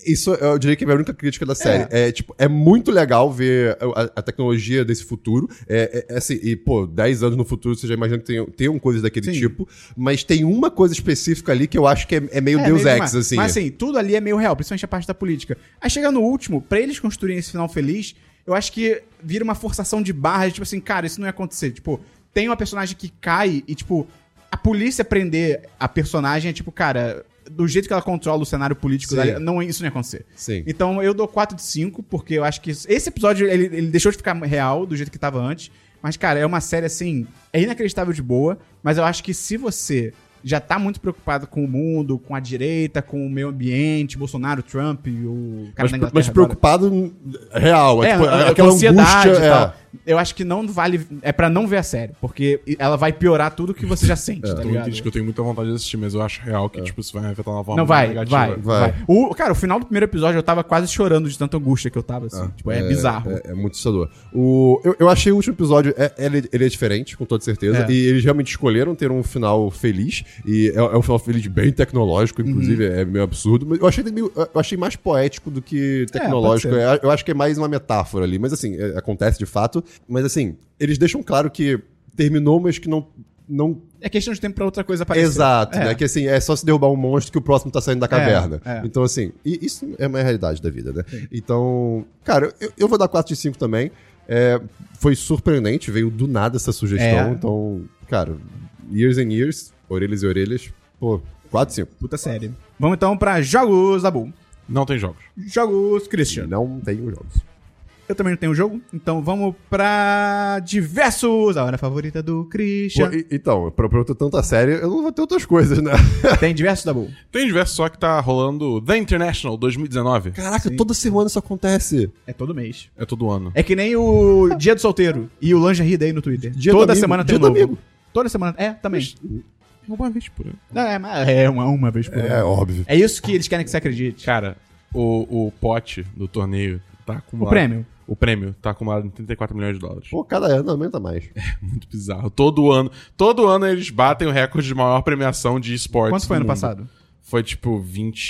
B: Isso eu diria que é a minha única crítica da série. É, tipo, é muito legal ver a, a tecnologia desse futuro. É, é- é assim, e, pô, 10 anos no futuro você já imagina que tem, tem coisas
A: Sim.
B: daquele tipo. Mas tem uma coisa específica ali que eu acho que é, é meio
A: É,
B: Deus
A: meio
B: Ex,
A: demais.
B: assim.
A: Mas assim, tudo ali é meio real, principalmente a parte da política. Aí chega no último, pra eles construírem esse final feliz, eu acho que vira uma forçação de barra, tipo assim, cara, isso não ia acontecer. Tipo, tem uma personagem que cai e, tipo, a polícia prender a personagem é tipo, cara, do jeito que ela controla o cenário político,
B: Sim.
A: dali, não, isso não ia acontecer.
B: Sim.
A: Então eu dou 4 de 5, porque eu acho que isso- esse episódio ele, ele deixou de ficar real do jeito que tava antes. Mas, cara, é uma série assim, é inacreditável de boa. Mas eu acho que se você já tá muito preocupado com o mundo, com a direita, com o meio ambiente, Bolsonaro, Trump, o cara
B: Mas,
A: da
B: pre-
A: Inglaterra.
B: mas
A: agora.
B: preocupado real. É,
A: É,
B: tipo,
A: a- a-
B: aquela
A: com ansiedade
B: angústia.
A: e tal.
B: É,
A: Eu acho que não vale. É pra não ver a série, porque ela vai piorar tudo que você já
B: É,
A: sente, tá
C: Eu
A: ligado?
C: entendi que eu tenho muita vontade de assistir, mas eu acho real que, tipo, isso vai me afetar na forma
A: Não, vai, vai,
C: negativa.
A: vai,
B: Vai.
A: O, cara, o final do primeiro episódio eu tava quase chorando de tanta angústia que eu tava, assim. tipo, é, bizarro.
B: Ah, É, é muito assustador. O, eu, eu achei o último episódio, é, ele, ele é diferente, com toda certeza.
A: É.
B: E eles realmente escolheram ter um final feliz. E é, é um final feliz bem tecnológico, inclusive,
A: Uhum.
B: é meio absurdo. Mas eu achei, ele meio- eu achei mais poético do que tecnológico.
A: É, pode
B: eu acho que é mais uma metáfora ali. Mas assim, é- acontece de fato. Mas assim, eles deixam claro que terminou, mas que não. não
A: É questão de tempo pra outra coisa aparecer.
B: exato,
A: É.
B: né? Que assim, é só se derrubar um monstro que o próximo tá saindo da caverna.
A: é.
B: Então, assim, e isso é uma realidade da vida, né? Então, cara, eu, eu vou dar 4 de 5 também. É, foi surpreendente, veio do nada essa sugestão.
A: É.
B: Então, cara, years and years, orelhas e orelhas, pô, 4 de 5.
A: Puta série. Vamos então pra jogos, Dabu.
C: Não tem jogos.
A: Jogos, Christian.
B: Não tenho jogos.
A: Eu também não tenho jogo, então vamos pra diversos. A hora favorita do Christian.
B: Pô, e- então, pra, pra eu ter tanta série, eu não vou ter outras coisas, né?
A: Tem diversos, Dabu?
C: Tem diversos só que tá rolando The International 2019.
B: Caraca, toda semana isso acontece.
A: É todo mês.
C: É todo ano.
A: É que nem o Dia do Solteiro e o Lingerie Day no Twitter.
B: Dia do
A: Toda
B: amigo,
A: semana tem um
B: dia do
A: novo.
B: amigo.
A: Toda semana. É, também.
C: Uma vez por ano.
A: É, mas é uma, uma vez por
B: É,
A: ano.
B: óbvio.
A: É isso que eles querem que você acredite.
C: Cara, o, o pote do torneio tá
A: O
C: acumulado.
A: prêmio.
C: O prêmio tá acumulado em 34 milhões de dólares.
B: Pô, cada ano aumenta mais.
C: Muito bizarro. Todo ano, todo ano eles batem o recorde de maior premiação de esportes.
A: Quanto foi
C: do
A: ano
B: um
C: mundo.
A: passado?
C: Foi tipo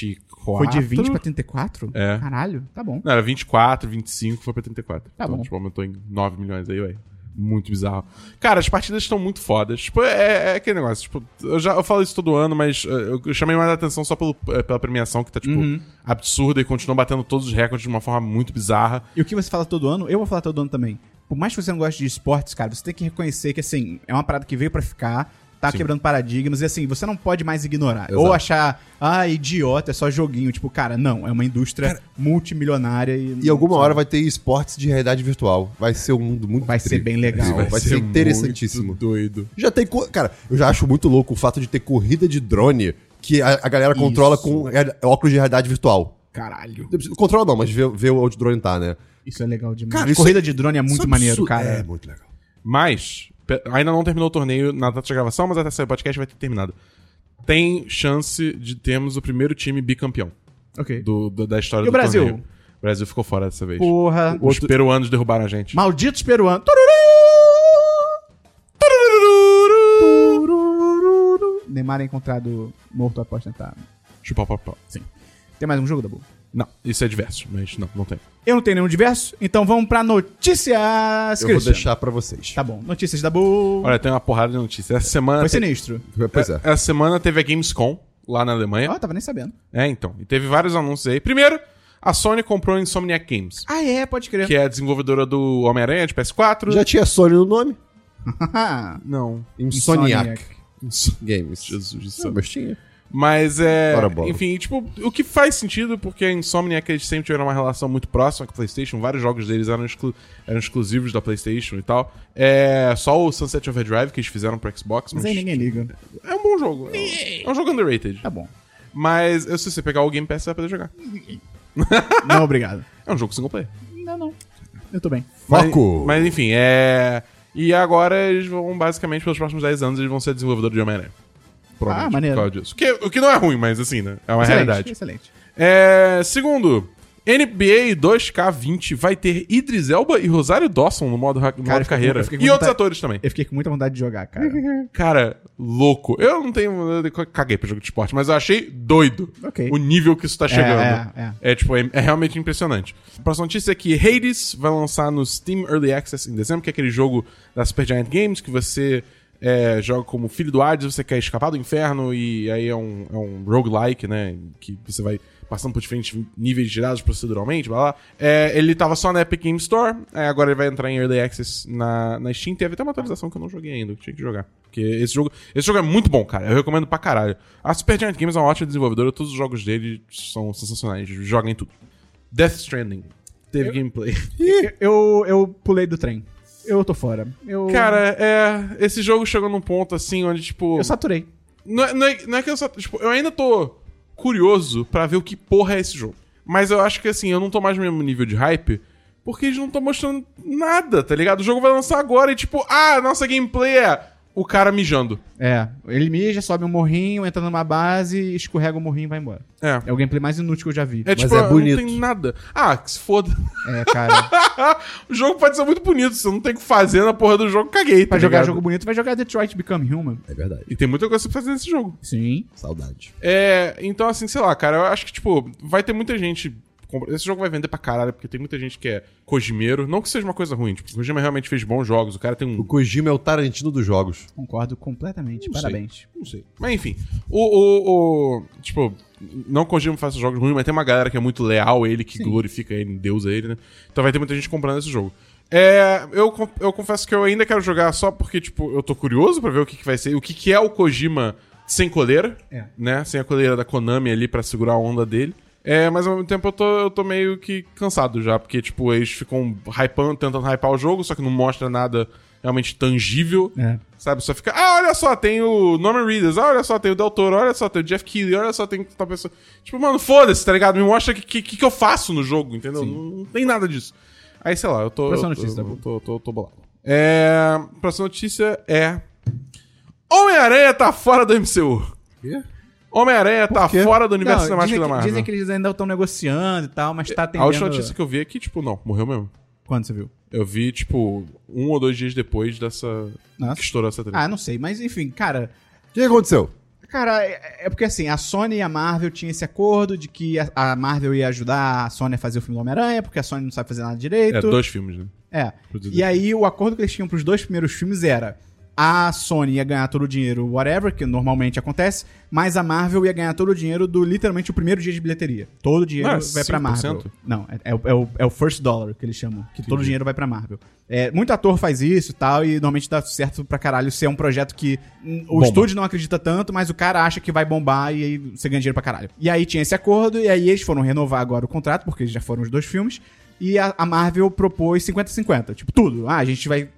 C: 24.
A: Foi de 20 pra 34?
C: É.
A: Caralho, tá bom.
C: Não, era 24, 25, foi pra 34.
A: Tá bom.
C: Então, Tipo, aumentou em 9 milhões aí, ué. muito bizarro. Cara, as partidas estão muito fodas. Tipo, é, é aquele negócio. Tipo, eu já eu falo isso todo ano, mas eh, eu eu chamei mais a atenção só pelo, eh, pela premiação que tá, tipo,
A: Uhum.
C: absurda e continua batendo todos os recordes de uma forma muito bizarra.
A: E o que você fala todo ano, eu vou falar todo ano também. Por mais que você não goste de esportes, cara, você tem que reconhecer que, assim, é uma parada que veio pra ficar, tá
C: Sim.
A: quebrando paradigmas, e assim, você não pode mais ignorar.
B: Exato.
A: Ou achar, ah, idiota, é só joguinho. Tipo, cara, não, é uma indústria multimilionária e.
B: E alguma hora vai ter esportes de realidade virtual. Vai ser um mundo muito
A: Vai ser
B: tri.
A: bem legal.
B: Vai ser interessantíssimo.
C: muito doido.
B: Já tem. co- Cara, eu já acho muito louco o fato de ter corrida de drone que a, a galera controla
A: Isso.
B: com real- óculos de realidade virtual.
A: Caralho.
B: Controla não, mas vê, vê onde o drone tá, né?
A: Isso é legal demais.
B: Cara, isso
A: Corrida de drone é muito
B: Isso é
A: maneiro,
B: absurdo.
A: cara.
B: É, muito legal.
C: Mas, pe- ainda não terminou o torneio na data de gravação, mas até sair o podcast vai ter terminado. Tem chance de termos o primeiro time bicampeão
A: Ok.
C: do, do- da história
A: E o
C: do
A: Brasil?
C: torneio. O Brasil ficou fora dessa vez.
A: Porra.
C: Os peruanos derrubaram a gente.
A: Malditos peruanos. Neymar é encontrado morto após tentar.
C: Chupa, pau, pau.
A: Sim. Tem mais um jogo, Dabu?
C: Não, isso é diverso, mas não, não tem.
A: Eu não tenho nenhum diverso, então vamos pra notícias,
B: Eu vou
A: Christian.
B: deixar pra vocês.
A: Tá bom, notícias, Dabu.
C: Olha, tem uma porrada de notícias. Essa semana.
A: É. Foi
C: te-
A: sinistro.
B: Pois é.
C: Essa semana teve a Gamescom lá na
A: Ó,
C: Alemanha.
A: tava nem sabendo.
C: É, então. E teve vários anúncios aí. Primeiro, a Sony comprou a Insomniac Games,
A: Ah, é, pode crer.
C: que é a desenvolvedora do Homem-Aranha de
A: é,
C: PS4.
B: Já tinha Sony no nome?
A: Ah,
C: Não.
B: Insomniac. Games. é
C: Jesus do
B: Não,
C: céu.
B: mas tinha.
C: Mas é.
B: Ora, bola.
C: Enfim, tipo, o que faz sentido, porque a Insomniac eles sempre tiveram uma relação muito próxima com a PlayStation, vários jogos deles eram, exclu- eram exclusivos da PlayStation e tal. É. Só o Sunset Overdrive que eles fizeram pro Xbox, mas.
A: Mas aí ninguém liga.
C: É um bom jogo. É um, é um jogo underrated.
A: Tá bom.
C: Mas eu sei, se você pegar o Game Pass, você vai poder jogar.
A: Não, obrigado.
C: É um jogo single player.
A: Não, não. Eu tô bem.
B: Foco!
C: Mas, mas enfim, é. E agora eles vão, basicamente, pelos próximos 10 anos, eles vão ser desenvolvedores de Homem-Aranha. Provavelmente,
A: Ah, maneiro.
C: por causa disso. Que- o que não é ruim, mas assim, né? É uma realidade.
A: Excelente.
C: É, segundo, NBA 2K20 vai ter Idris Elba e Rosário Dawson no modo, ra- no
A: Cara,
C: modo
A: eu fiquei com-
C: carreira.
A: eu fiquei com
C: E outros
A: vontade-
C: atores também.
A: Eu fiquei com muita vontade de jogar, cara.
C: Cara, louco. Eu não tenho. eu caguei pra jogo de esporte, mas eu achei doido
A: Ok.
C: o nível que isso tá chegando.
A: é, é.
C: É, tipo, é, é realmente impressionante. A próxima notícia é que Hades vai lançar no Steam Early Access em dezembro, que é aquele jogo da Supergiant Games que você é, joga como filho do Hades, você quer escapar do inferno e aí é um, é um roguelike, né? Que você vai passando por diferentes níveis gerados proceduralmente, blá blá. É, ele tava só na Epic Game Store, é, agora ele vai entrar em Early Access na, na Steam. Teve até uma atualização que eu não joguei ainda, que tinha que jogar. Porque esse jogo, esse jogo é muito bom, cara. Eu recomendo pra caralho. A Supergiant Games é uma ótima desenvolvedora, todos os jogos dele são sensacionais. Joguem tudo. Death Stranding. Teve gameplay.
A: Eu, eu pulei do trem. Eu tô fora. Eu,
C: Cara, é. Esse jogo chegou num ponto assim onde, tipo.
A: eu saturei.
C: Não é, não é- não é que eu só. Tipo, eu ainda tô curioso pra ver o que porra é esse jogo. Mas eu acho que assim, eu não tô mais no mesmo nível de hype. Porque eles não estão mostrando nada, tá ligado? O jogo vai lançar agora e tipo, ah, nossa gameplay é o cara mijando.
A: É, ele mija, sobe um morrinho, entra numa base, escorrega o morrinho e vai embora.
C: É.
A: É o gameplay mais inútil que eu já vi.
C: É tipo,
B: é
C: ah,
B: bonito.
C: não tem nada. Ah, que se foda.
A: É, cara.
C: o jogo pode ser muito bonito, você não tem o que fazer na porra do jogo, caguei. Tá
A: pra jogar
C: ligado?
A: jogo bonito, vai jogar Detroit Become Human.
B: É verdade.
C: E tem muita coisa pra fazer nesse jogo.
A: Sim.
B: Saudade.
C: É, então assim, sei lá, cara, eu acho que, tipo, vai ter muita gente. compra- Esse jogo vai vender pra caralho, porque tem muita gente que é Kojimeiro. Não que seja uma coisa ruim, tipo, o Kojima realmente fez bons jogos, o cara tem
B: O
C: um.
B: Kojima é o Tarantino dos jogos.
A: Concordo completamente.
C: Não sei.
A: Parabéns.
C: Não sei. Mas enfim, o. o, o- tipo, não que o Kojima faça jogos ruins, mas tem uma galera que é muito leal a ele, que glorifica ele, deusa ele, né? Então vai ter muita gente comprando esse jogo. É, eu, con- eu confesso que eu ainda quero jogar só porque, tipo, eu tô curioso pra ver o que, que vai ser, o que, que é o Kojima sem coleira,
A: É.
C: né? Sem a coleira da Konami ali pra segurar a onda dele. É, mas ao mesmo tempo eu tô, eu tô meio que cansado já, porque, tipo, eles ficam hypando, tentando hypar o jogo, só que não mostra nada realmente tangível.
A: É.
C: Sabe, só fica, ah, olha só, tem o Norman Reedus, ah, olha só, tem o Del Toro, olha só, tem o Jeff Keighley, olha só, tem tal pessoa. Tipo, mano, foda-se, tá ligado? Me mostra o que, que, que eu faço no jogo, entendeu? Não, não tem nada disso. Aí, sei lá, eu tô...
A: Próxima
C: eu tô-
A: notícia, tá bom.
C: eu tô, tô, tô, bolado. É... Próxima notícia é... Homem-Aranha tá fora do MCU. Homem-Aranha tá
B: quê?
C: fora do universo
A: Não,
C: cinemático
A: dizem,
C: da
A: que,
C: Marvel.
A: dizem que eles ainda estão negociando e tal, mas tá atendendo...
C: A última notícia que eu vi é que, tipo, não, morreu mesmo.
A: Quando você viu?
C: Eu vi, tipo, um ou dois dias depois dessa...
A: Nossa.
C: Que estourou essa treta.
A: Ah, não sei. Mas enfim, cara...
B: O que aconteceu?
A: Cara, é é porque assim, a Sony e a Marvel tinham esse acordo de que a- a Marvel ia ajudar a Sony a fazer o filme do Homem-Aranha, porque a Sony não sabe fazer nada direito.
C: É, dois filmes, né?
A: É.
C: Produzido.
A: E aí o acordo que eles tinham pros dois primeiros filmes era a Sony ia ganhar todo o dinheiro, whatever, que normalmente acontece, mas a Marvel ia ganhar todo o dinheiro do literalmente o primeiro dia de bilheteria. Todo o dinheiro
C: Ah,
A: vai pra
C: 5%?
A: Marvel. Não, é, é o, é o- é o first dollar que eles chamam, que todo o dinheiro vai pra Marvel. É, muito ator faz isso e tal, e normalmente dá certo pra caralho se é um projeto que hum, o
B: Bomba.
A: estúdio não acredita tanto, mas o cara acha que vai bombar e aí você ganha dinheiro pra caralho. E aí tinha esse acordo, e aí eles foram renovar agora o contrato, porque já foram os dois filmes. E a, a Marvel propôs 50-50, tipo, tudo. Ah, a gente vai,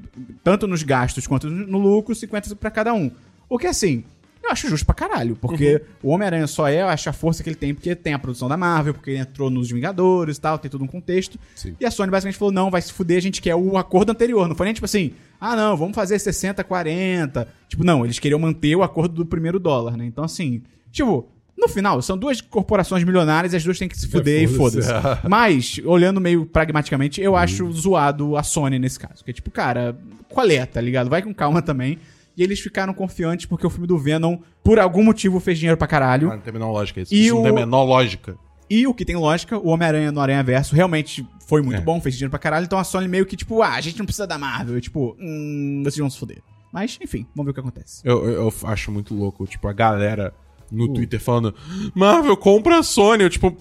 A: tanto nos gastos quanto no lucro, 50 pra cada um. O que assim, eu acho justo pra caralho, porque o Homem-Aranha só é, eu acho, a força que ele tem, porque tem a produção da Marvel, porque ele entrou nos Vingadores e tal, tem todo um contexto.
B: Sim.
A: E a Sony basicamente falou: não, vai se fuder, a gente quer o acordo anterior. Não foi nem tipo assim, ah, não, vamos fazer 60, 40. Tipo, não, eles queriam manter o acordo do primeiro dólar, né? Então, assim, tipo, no final, são duas corporações milionárias e as duas têm que se fuder e
B: foda-se.
A: foda-se. Mas, olhando meio pragmaticamente, eu acho zoado a Sony nesse caso. Porque, tipo, cara, qual é, tá ligado? Vai com calma também. E eles ficaram confiantes porque o filme do Venom, por algum motivo, fez dinheiro pra caralho.
C: Ah, não tem a menor lógica isso.
A: E
C: isso não
A: o-
C: tem a menor lógica.
A: E o que tem lógica, o Homem-Aranha no Aranha Verso realmente foi muito
C: É.
A: bom, fez dinheiro pra caralho. Então a Sony meio que, tipo, ah, a gente não precisa da Marvel. E, tipo, hum, vocês vão se foder. Mas, enfim, vamos ver o que acontece.
C: Eu, eu- eu acho muito louco, tipo, a galera no Twitter falando: Marvel, compra a Sony. Eu, tipo,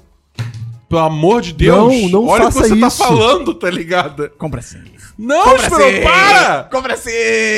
C: pelo amor de Deus,
B: Não, não
C: olha o que
B: faça
C: você tá
B: isso.
C: falando, tá ligado?
A: Compra sim.
C: Não, Esperon, para!
A: Compra sim!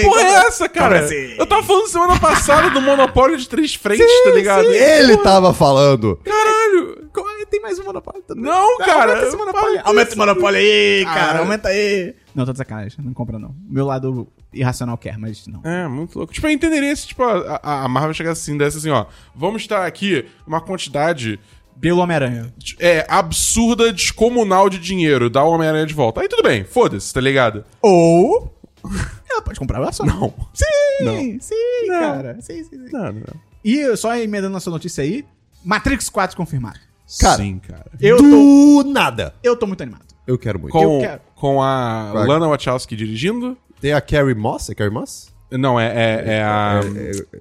C: Porra, é essa, cara?
A: compra sim.
C: Eu tava falando semana passada do monopólio de três frentes, tá ligado?
B: Ele tava falando.
C: Caralho!
A: Co- Tem mais um monopólio também.
C: Não, cara!
A: Aumenta esse monopólio.
C: para
A: Aumenta esse monopólio aí,
C: Cara.
A: cara. Aumenta aí. Não, tô de sacanagem. Não compra, não. Meu lado irracional quer, mas não.
C: É, muito louco. Tipo, eu entenderia se tipo, a, a- a Marvel chegasse assim, desse assim, ó. Vamos estar aqui uma quantidade
A: Pelo Homem-Aranha.
C: de- é, absurda, descomunal de dinheiro, dá o Homem-Aranha de volta. Aí tudo bem, foda-se, tá ligado?
A: Ou. Ela pode comprar a Sony.
C: Não.
A: Sim!
C: Não.
A: Sim,
C: Não.
A: cara. Sim, sim, sim.
C: Não, não.
A: E só emendando essa notícia aí, Matrix 4 confirmado.
B: Cara,
C: Sim, cara.
A: Eu tô,
B: do nada.
A: eu tô muito animado.
B: Eu quero muito.
C: Com,
A: quero.
C: com a
B: Vai.
C: Lana Wachowski dirigindo.
B: Tem a Carrie Moss? É Carrie Moss?
C: Não, é, é, é a.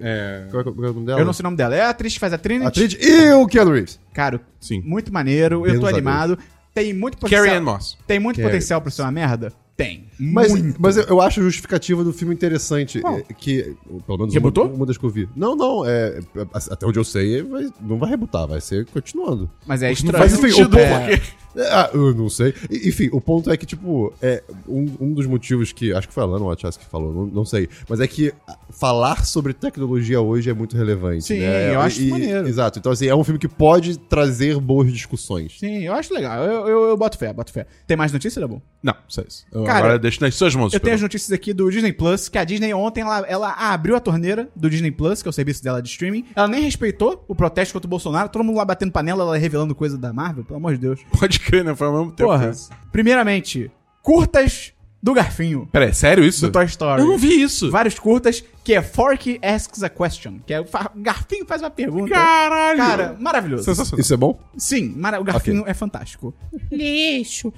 C: É,
B: Qual é, qual é o nome dela?
A: Eu não sei o nome dela. É a atriz que faz a Trinity.
B: Atriz e o Keanu Reeves.
A: Cara,
C: sim.
A: muito maneiro. eu
B: Deus
A: tô
B: a Deus.
A: animado. Tem muito potencial.
C: Carrie Ann Moss.
A: Tem muito
B: Carrie.
A: potencial pra ser uma merda? Tem.
B: Mas,
A: muito.
B: mas eu- eu acho a justificativa do filme interessante. eh, Que, pelo menos uma,
A: Rebutou?
B: uma das que eu vi. Não, não. É, a- até onde eu sei, é, vai- não vai rebutar, vai ser continuando.
A: Mas é estranho.
B: Mas enfim, o ponto...
C: sentido,
A: é.
B: É, ah, eu não sei. E- Enfim, o ponto é que, tipo, é, um, um dos motivos que. Acho que foi a Lana Wachowski que falou, não, não sei. Mas é que ah, falar sobre tecnologia hoje é muito relevante.
A: Sim,
B: né?
A: eu acho
B: E-
A: isso maneiro.
B: Exato. Então, assim, é um filme que pode trazer boas discussões.
A: Sim, eu acho legal. Eu, eu, eu boto fé, boto fé. Tem mais notícias, Dabu?
C: Não, só isso. Eu
A: Cara,
C: agora deixo nas suas mãos.
A: Eu tenho as
C: Pedro.
A: notícias aqui do Disney Plus, que a Disney ontem ela, ela abriu a torneira do Disney Plus, que é o serviço dela de streaming. Ela nem respeitou o protesto contra o Bolsonaro, todo mundo lá batendo panela, ela revelando coisa da Marvel, pelo amor de Deus.
C: Pode crer, né? Foi ao mesmo tempo.
A: Porra.
C: isso.
A: Primeiramente, curtas do Garfinho,
C: Peraí, é sério isso?
A: do Toy Story.
C: Eu não vi isso.
A: Vários curtas, que é Fork Asks a Question, que é o fa- Garfinho faz uma pergunta.
C: Caralho!
A: Cara, maravilhoso.
C: Sensacional.
B: Isso é bom?
A: Sim, mara- o Garfinho é fantástico. Lixo.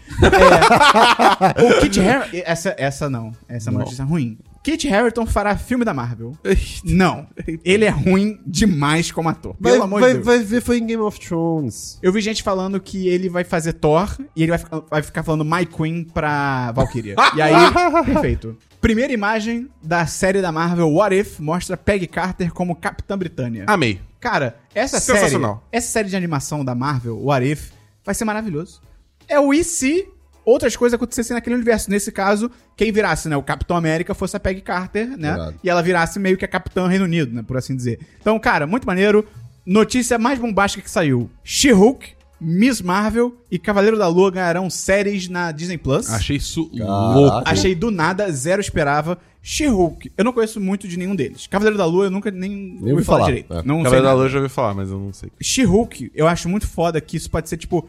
A: É, o Kit Harington. Essa, essa não. Essa é uma notícia ruim. Kit Harington fará filme da Marvel. Não. Ele é ruim demais como ator. Pelo amor de Deus.
B: ver, foi em Game of Thrones.
A: Eu vi gente falando que ele vai fazer Thor e ele vai, ficar- vai ficar falando My Queen pra Valkyria. e aí, perfeito. Primeira imagem da série da Marvel What If mostra Peggy Carter como Capitã Britânia.
C: Amei.
A: Cara, essa série,
C: Sensacional.
A: essa série de animação da Marvel, o Arif, vai ser maravilhoso. É o e se outras coisas acontecessem naquele universo. Nesse caso, quem virasse, né, o Capitão América fosse a Peggy Carter, né?
B: Irado.
A: E ela virasse meio que a Capitã Reino Unido, né, por assim dizer. Então, cara, muito maneiro. Notícia mais bombástica que saiu. She-Hulk, Miss Marvel e Cavaleiro da Lua ganharão séries na Disney Plus.
C: Achei isso
B: Caraca.
C: louco.
A: Achei do nada, zero esperava. She-Hulk, eu não conheço muito de nenhum deles. Cavaleiro da Lua eu nunca nem,
B: ouvi falar. É.
A: Não sei
C: Cavaleiro da
A: nada.
C: Lua eu já ouvi falar, mas eu não sei.
A: She-Hulk, eu acho muito foda que isso pode ser, tipo,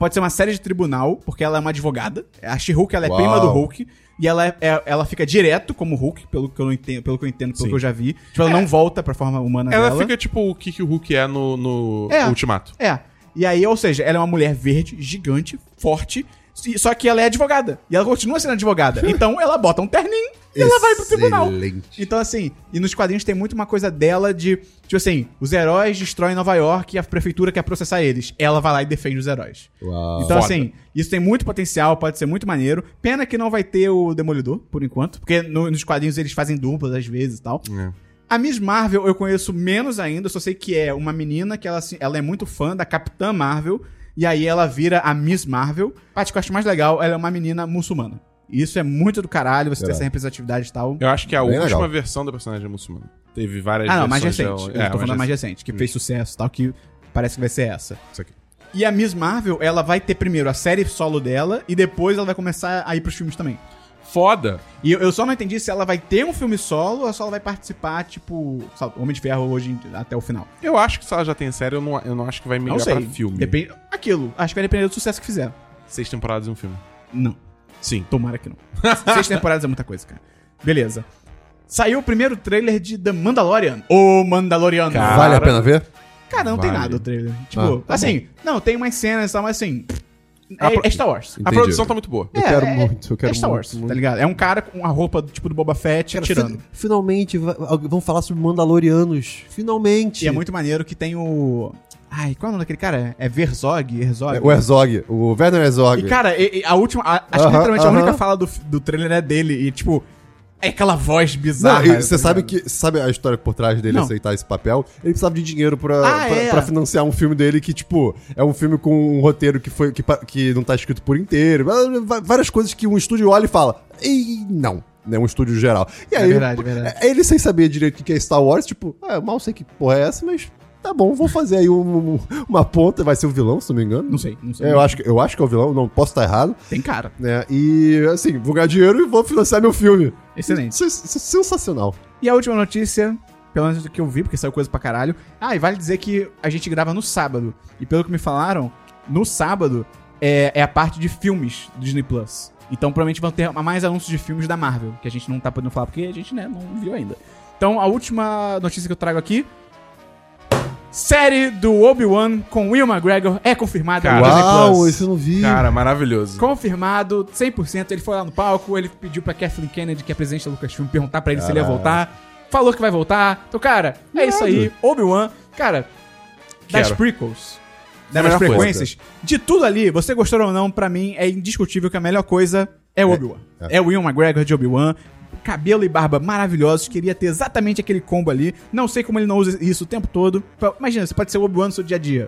A: pode ser uma série de tribunal, porque ela é uma advogada. A She-Hulk, ela é
B: Uau.
A: prima do Hulk. E ela, é- é- ela fica direto como Hulk, pelo que eu, não entendo, pelo que eu entendo, pelo
C: Sim.
A: que eu já vi. Tipo, ela não volta pra forma humana
C: É. Ela
A: dela.
C: fica tipo o que, que o Hulk é no, no
A: É.
C: Ultimato.
A: É. E aí, ou seja, ela é uma mulher verde, gigante, forte. E- Só que ela é advogada. E ela continua sendo advogada. Então ela bota um terninho e ela vai pro tribunal.
B: Excelente.
A: Então, assim, e nos quadrinhos tem muito uma coisa dela de. Tipo assim, os heróis destroem Nova York e a prefeitura quer processar eles. Ela vai lá e defende os heróis.
B: Uau.
A: Então,
C: Foda.
A: assim, isso tem muito potencial, pode ser muito maneiro. Pena que não vai ter o Demolidor, por enquanto. Porque no- nos quadrinhos eles fazem duplas às vezes e tal.
C: É.
A: A Miss Marvel eu conheço menos ainda, eu só sei que é uma menina que ela, se- ela é muito fã da Capitã Marvel. E aí ela vira a Miss Marvel. A parte que eu acho mais legal, ela é uma menina muçulmana. E isso é muito do caralho, você ter
B: Caralho.
A: essa representatividade e tal.
C: Eu acho que é a
B: Bem
C: última
B: legal.
C: versão da personagem muçulmana. Teve várias
A: Ah, não, mais
C: versões
A: recente. eu
C: dela.
A: tô
C: É,
A: falando da mais recente, que fez sucesso e tal, que parece que vai ser essa.
C: Isso aqui.
A: E a Miss Marvel, ela vai ter primeiro a série solo dela e depois ela vai começar a ir pros filmes também.
C: Foda.
A: E eu, eu só não entendi se ela vai ter um filme solo ou se ela vai participar, tipo, sabe, Homem de Ferro hoje em- até o final.
C: Eu acho que se ela já tem série, eu não, eu não acho que vai migrar
A: não sei.
C: pra filme.
A: Depende, aquilo. Acho que vai depender do sucesso que fizer.
C: Seis temporadas e um filme.
A: Não.
C: Sim.
A: Tomara que não. Seis temporadas é muita coisa, cara. Beleza. Saiu o primeiro trailer de The Mandalorian. O Mandaloriano.
C: Cara,
B: Vale a pena ver?
A: Cara, não tem
C: Vale.
A: nada o trailer.
B: Ah,
A: Tipo,
B: tá
A: assim, não, tem umas cenas e tal, mas assim.
C: A
A: É,
C: pro-
A: é Star Wars.
C: A
B: Entendi.
C: produção tá muito boa.
B: Eu
A: É,
B: quero
A: é-
B: muito, eu quero
A: é Star
B: muito,
A: Wars,
B: muito.
A: tá ligado? É um cara com a roupa do tipo do Boba Fett tirando.
B: Fi- finalmente va- alguém- vão falar sobre Mandalorianos. Finalmente.
A: E é muito maneiro que tem o. Ai, qual é o nome daquele cara? É Verzog? Herzog?
B: É, O Herzog, o Werner Herzog.
A: E, cara, e- e a última. a- acho que
B: Aham,
A: literalmente
B: aham.
A: a única fala do, do trailer é dele. E, tipo, é aquela voz
B: Não,
A: bizarra.
B: e você
A: tá
B: sabe
A: ligado?
B: que sabe a história por trás dele
A: Não.
B: aceitar esse papel? Ele precisava de dinheiro pra,
A: Ah,
B: pra,
A: é.
B: pra financiar um filme dele que, tipo, é um filme com um roteiro que, foi, que, pa- que não tá escrito por inteiro. Ah, Va- Várias coisas que um estúdio olha e fala, e não. Né, um estúdio geral. E
A: É
B: aí,
A: verdade, é verdade.
B: ele sem saber direito o que é Star Wars, tipo, ah, eu mal sei que porra é essa, mas tá bom, vou fazer aí um- um- uma ponta, vai ser o vilão, se não me engano.
A: Não sei, não sei.
B: É, eu, acho que, eu acho que é o vilão, não posso estar errado,
A: Tem cara.
B: né? E assim, vou ganhar dinheiro e vou financiar meu filme.
A: Excelente.
B: Isso é isso é sensacional.
A: E a última notícia, pelo menos do que eu vi, porque saiu coisa pra caralho. Ah, e vale dizer que a gente grava no sábado. E pelo que me falaram, no sábado é, é a parte de filmes do Disney Plus. Então provavelmente vão ter mais anúncios de filmes da Marvel, que a gente não tá podendo falar porque a gente, né, não viu ainda. Então a última notícia que eu trago aqui. Série do Obi-Wan com Will McGregor é confirmada no
C: Cara,
A: Disney
B: Uau,
A: Plus.
B: isso eu não vi.
C: Cara, maravilhoso.
A: Confirmado, 100%. Ele foi lá no palco, ele pediu pra Kathleen Kennedy, que é presidente da Lucasfilm, perguntar pra ele se ele ia
B: Caralho.
A: voltar. Falou que vai voltar. Então, cara, é isso aí. Obi-Wan, cara, das
C: Quero.
A: prequels,
C: É a
A: das
C: melhor coisa.
A: frequências, de tudo ali, você gostou ou não, pra mim é indiscutível que a melhor coisa é o Obi-Wan. É. o Will McGregor de Obi-Wan. Cabelo e barba maravilhosos, queria ter exatamente aquele combo ali. Não sei como ele não usa isso o tempo todo. Pra- Imagina, você pode ser o Obi-Wan no seu dia a dia.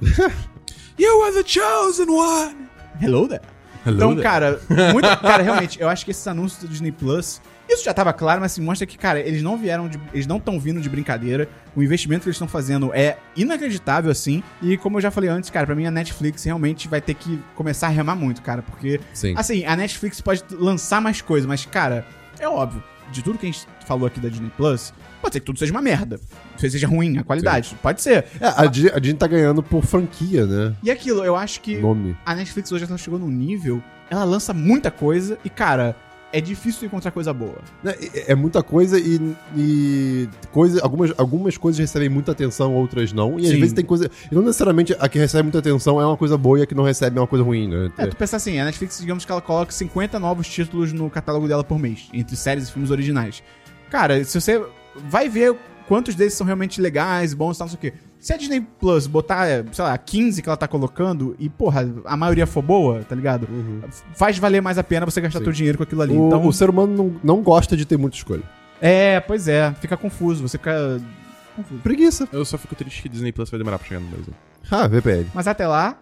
C: You are the chosen one.
A: Hello there.
C: Hello
A: então,
C: there.
A: cara, muito, cara, realmente, eu acho que esses anúncios do Disney Plus, isso já tava claro, mas assim, mostra que, cara, eles não vieram de, eles não estão vindo de brincadeira. O investimento que eles estão fazendo é inacreditável assim, e como eu já falei antes, cara, pra mim a Netflix realmente vai ter que começar a remar muito, cara, porque
B: Sim.
A: assim, a Netflix pode lançar mais coisas, mas cara, é óbvio, de tudo que a gente falou aqui da Disney Plus, pode ser que tudo seja uma merda. Seja ruim a qualidade, pode ser.
B: É, a Di- a Disney tá ganhando por franquia, né?
A: E aquilo, eu acho que
B: Nome.
A: a Netflix hoje ela chegou num nível, ela lança muita coisa e, cara, é difícil encontrar coisa boa.
B: Né, e- É muita coisa e, e coisa, algumas, algumas coisas recebem muita atenção, outras não. E às
A: Sim.
B: vezes tem coisa. E não necessariamente a que recebe muita atenção é uma coisa boa e a que não recebe é uma coisa ruim, né?
A: É, tu pensa assim, a Netflix, digamos que ela coloca 50 novos títulos no catálogo dela por mês, entre séries e filmes originais. Cara, se você vai ver quantos desses são realmente legais, bons e tal, não sei o quê. Se a Disney Plus botar, eh, sei lá, 15 que ela tá colocando e, porra, a maioria for boa, tá ligado? F- Faz valer mais a pena você gastar teu dinheiro com aquilo ali.
B: Uhum. O,
A: então,
B: o ser humano não, não gosta de ter muita escolha.
A: é, pois é, fica confuso, você fica confuso.
B: Preguiça.
C: Eu só fico triste que Disney Plus vai demorar pra chegar no Brasil.
B: Ah, VPL.
A: Mas até lá,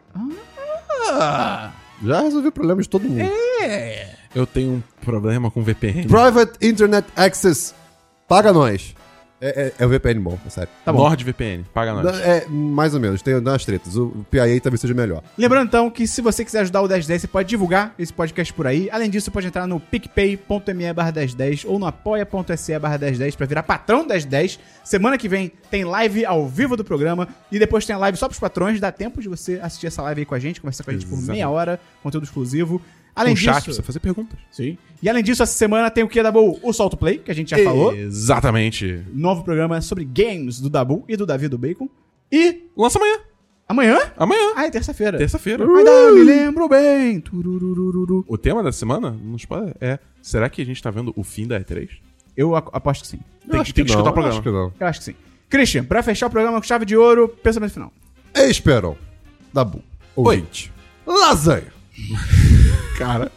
B: Já resolvi o problema de todo
A: É,
B: mundo.
C: Eu tenho um problema com VPN.
B: Private Internet Access. Paga nós. É, é, é o VPN bom, é sério.
A: Tá bom.
C: NordVPN, paga nós.
B: Dá- É, mais ou menos, tem umas tretas. O PIA talvez seja melhor.
A: Lembrando então que se você quiser ajudar o 1010, você pode divulgar esse podcast por aí. Além disso, você pode entrar no picpay.me barra 1010 ou no apoia.se barra 1010 pra virar patrão 1010. Semana que vem tem live ao vivo do programa e depois tem a live só pros patrões. Dá tempo de você assistir essa live aí com a gente, conversar com a gente por
C: Exato.
A: meia hora, conteúdo exclusivo. Além
C: Um chat,
A: disso,
C: precisa fazer perguntas.
A: sim. E além disso, essa semana tem o que, Dabu? O Solto Play, que a gente já É, falou.
C: Exatamente.
A: Novo programa sobre games do Dabu e do Davi do Bacon. E
C: Lança amanhã.
A: Amanhã?
C: Amanhã,
A: Ah, é terça-feira.
C: terça-feira.
A: Ainda me lembro bem. Turururururu.
C: O tema da semana, não spoiler, é: será que a gente tá vendo o fim da E3?
A: Eu a- aposto que sim.
C: Tem, tem que escutar o programa.
B: Acho que não.
A: Eu acho que sim. Christian, pra fechar o programa com chave de ouro, pensamento final.
B: Esperam. Dabu. Ouvinte. Lasanha.
C: Cara.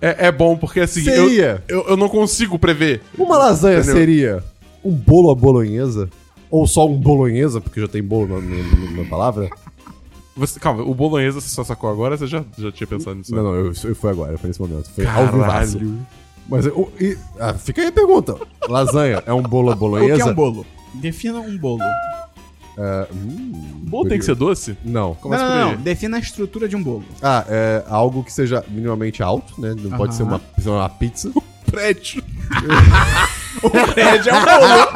C: É, é bom porque assim.
B: Seria.
C: Eu, eu, eu não consigo prever.
B: Uma lasanha
C: Entendeu?
B: seria um bolo à bolonhesa? Ou só um bolonhesa, porque já tem bolo na, na- na palavra?
C: Você, calma, o bolonhesa você só sacou agora? Você já, já tinha pensado nisso?
B: Não, não, eu, eu fui agora, foi nesse momento. Foi ao vivaço.
C: Caralho.
B: Mas eu- e- ah, fica aí a pergunta. Lasanha é um bolo
A: O
B: à
A: que é
B: bolonhesa?
A: um bolo? Defina um bolo.
C: Bolo tem que ser doce?
B: Não.
C: Começa
A: não,
C: por
A: não,
C: aí.
A: não. Defina a estrutura de um bolo.
B: Ah, é algo que seja minimamente alto, né? Não pode ser uma, ser uma pizza.
C: Prédio.
A: Prédio é um bolo.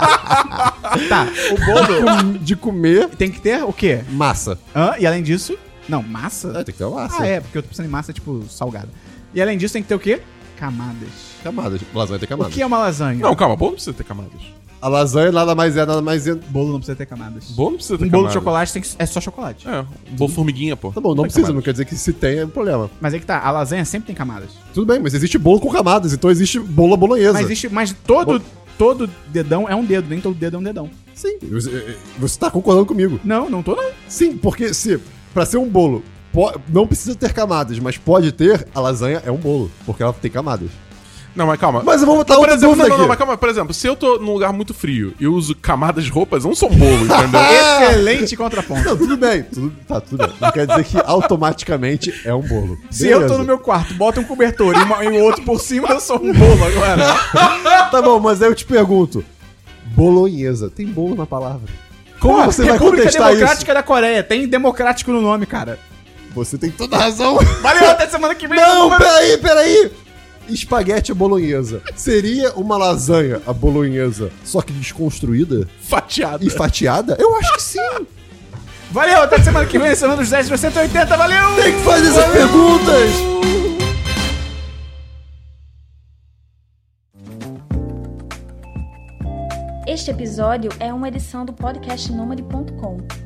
A: tá. O bolo
B: Com- De comer
A: tem que ter o quê?
B: massa.
A: Hã? E além disso... Não, massa?
B: Ah, tem que ter uma massa.
A: Ah, é, porque eu tô pensando em massa, tipo, salgada. E além disso, tem que ter o quê? Camadas.
B: Camadas. Lasanha tem
A: O
B: camadas.
A: que é uma lasanha?
C: Não, calma, bolo não precisa ter camadas.
B: A lasanha nada mais é, nada mais é.
A: Bolo não precisa ter camadas.
C: Bolo não precisa ter
A: um bolo
C: camadas.
A: de chocolate tem que- é só chocolate.
C: É, um bolo formiguinha, pô.
B: Tá bom, não precisa, não quer dizer que se tem é um problema.
A: Mas é que tá, a lasanha sempre tem camadas.
B: Tudo bem, mas existe bolo com camadas, então existe bolo à bolonhesa.
A: Mas existe. Mas todo, todo dedão é um dedo, nem todo dedo é um dedão.
B: Sim. Você, você tá concordando comigo.
A: Não, não tô não.
B: Sim, porque se pra ser um bolo po- não precisa ter camadas, mas pode ter, a lasanha é um bolo, porque ela tem camadas.
C: Não, mas calma.
B: Mas eu vou
A: Então,
B: botar
C: por
B: outra
C: exemplo,
B: dúvida
A: tá
C: não, não,
B: aqui.
C: não, mas calma, por exemplo, se eu tô num lugar muito frio e eu uso camadas de roupas, eu não sou um bolo,
A: É
C: entendeu?
A: Ah! Excelente contraponto.
B: Não, tudo bem, tudo, tá, tudo bem. Não quer dizer que automaticamente é um bolo.
A: Se eu tô
B: Beleza.
A: no meu quarto, bota um cobertor e, uma- e o outro por cima, eu sou um bolo agora.
B: Tá bom, mas aí eu te pergunto. Bolonhesa, tem bolo na palavra. Como
A: Porra,
B: você vai
A: República
B: contestar
A: Democrática da Coreia. Tem democrático no nome, cara.
B: isso? Você tem toda a razão.
A: Valeu, até semana que vem.
B: Não, peraí, peraí! Espaguete à bolonhesa. Seria uma lasanha à bolonhesa, só que desconstruída
C: Fatiado.
B: e fatiada? Eu acho que sim.
A: Valeu, até semana que vem. Semana dos 10 pra 180. Valeu!
B: Tem que fazer essas perguntas.
F: Este episódio é uma edição do podcast Nômade.com.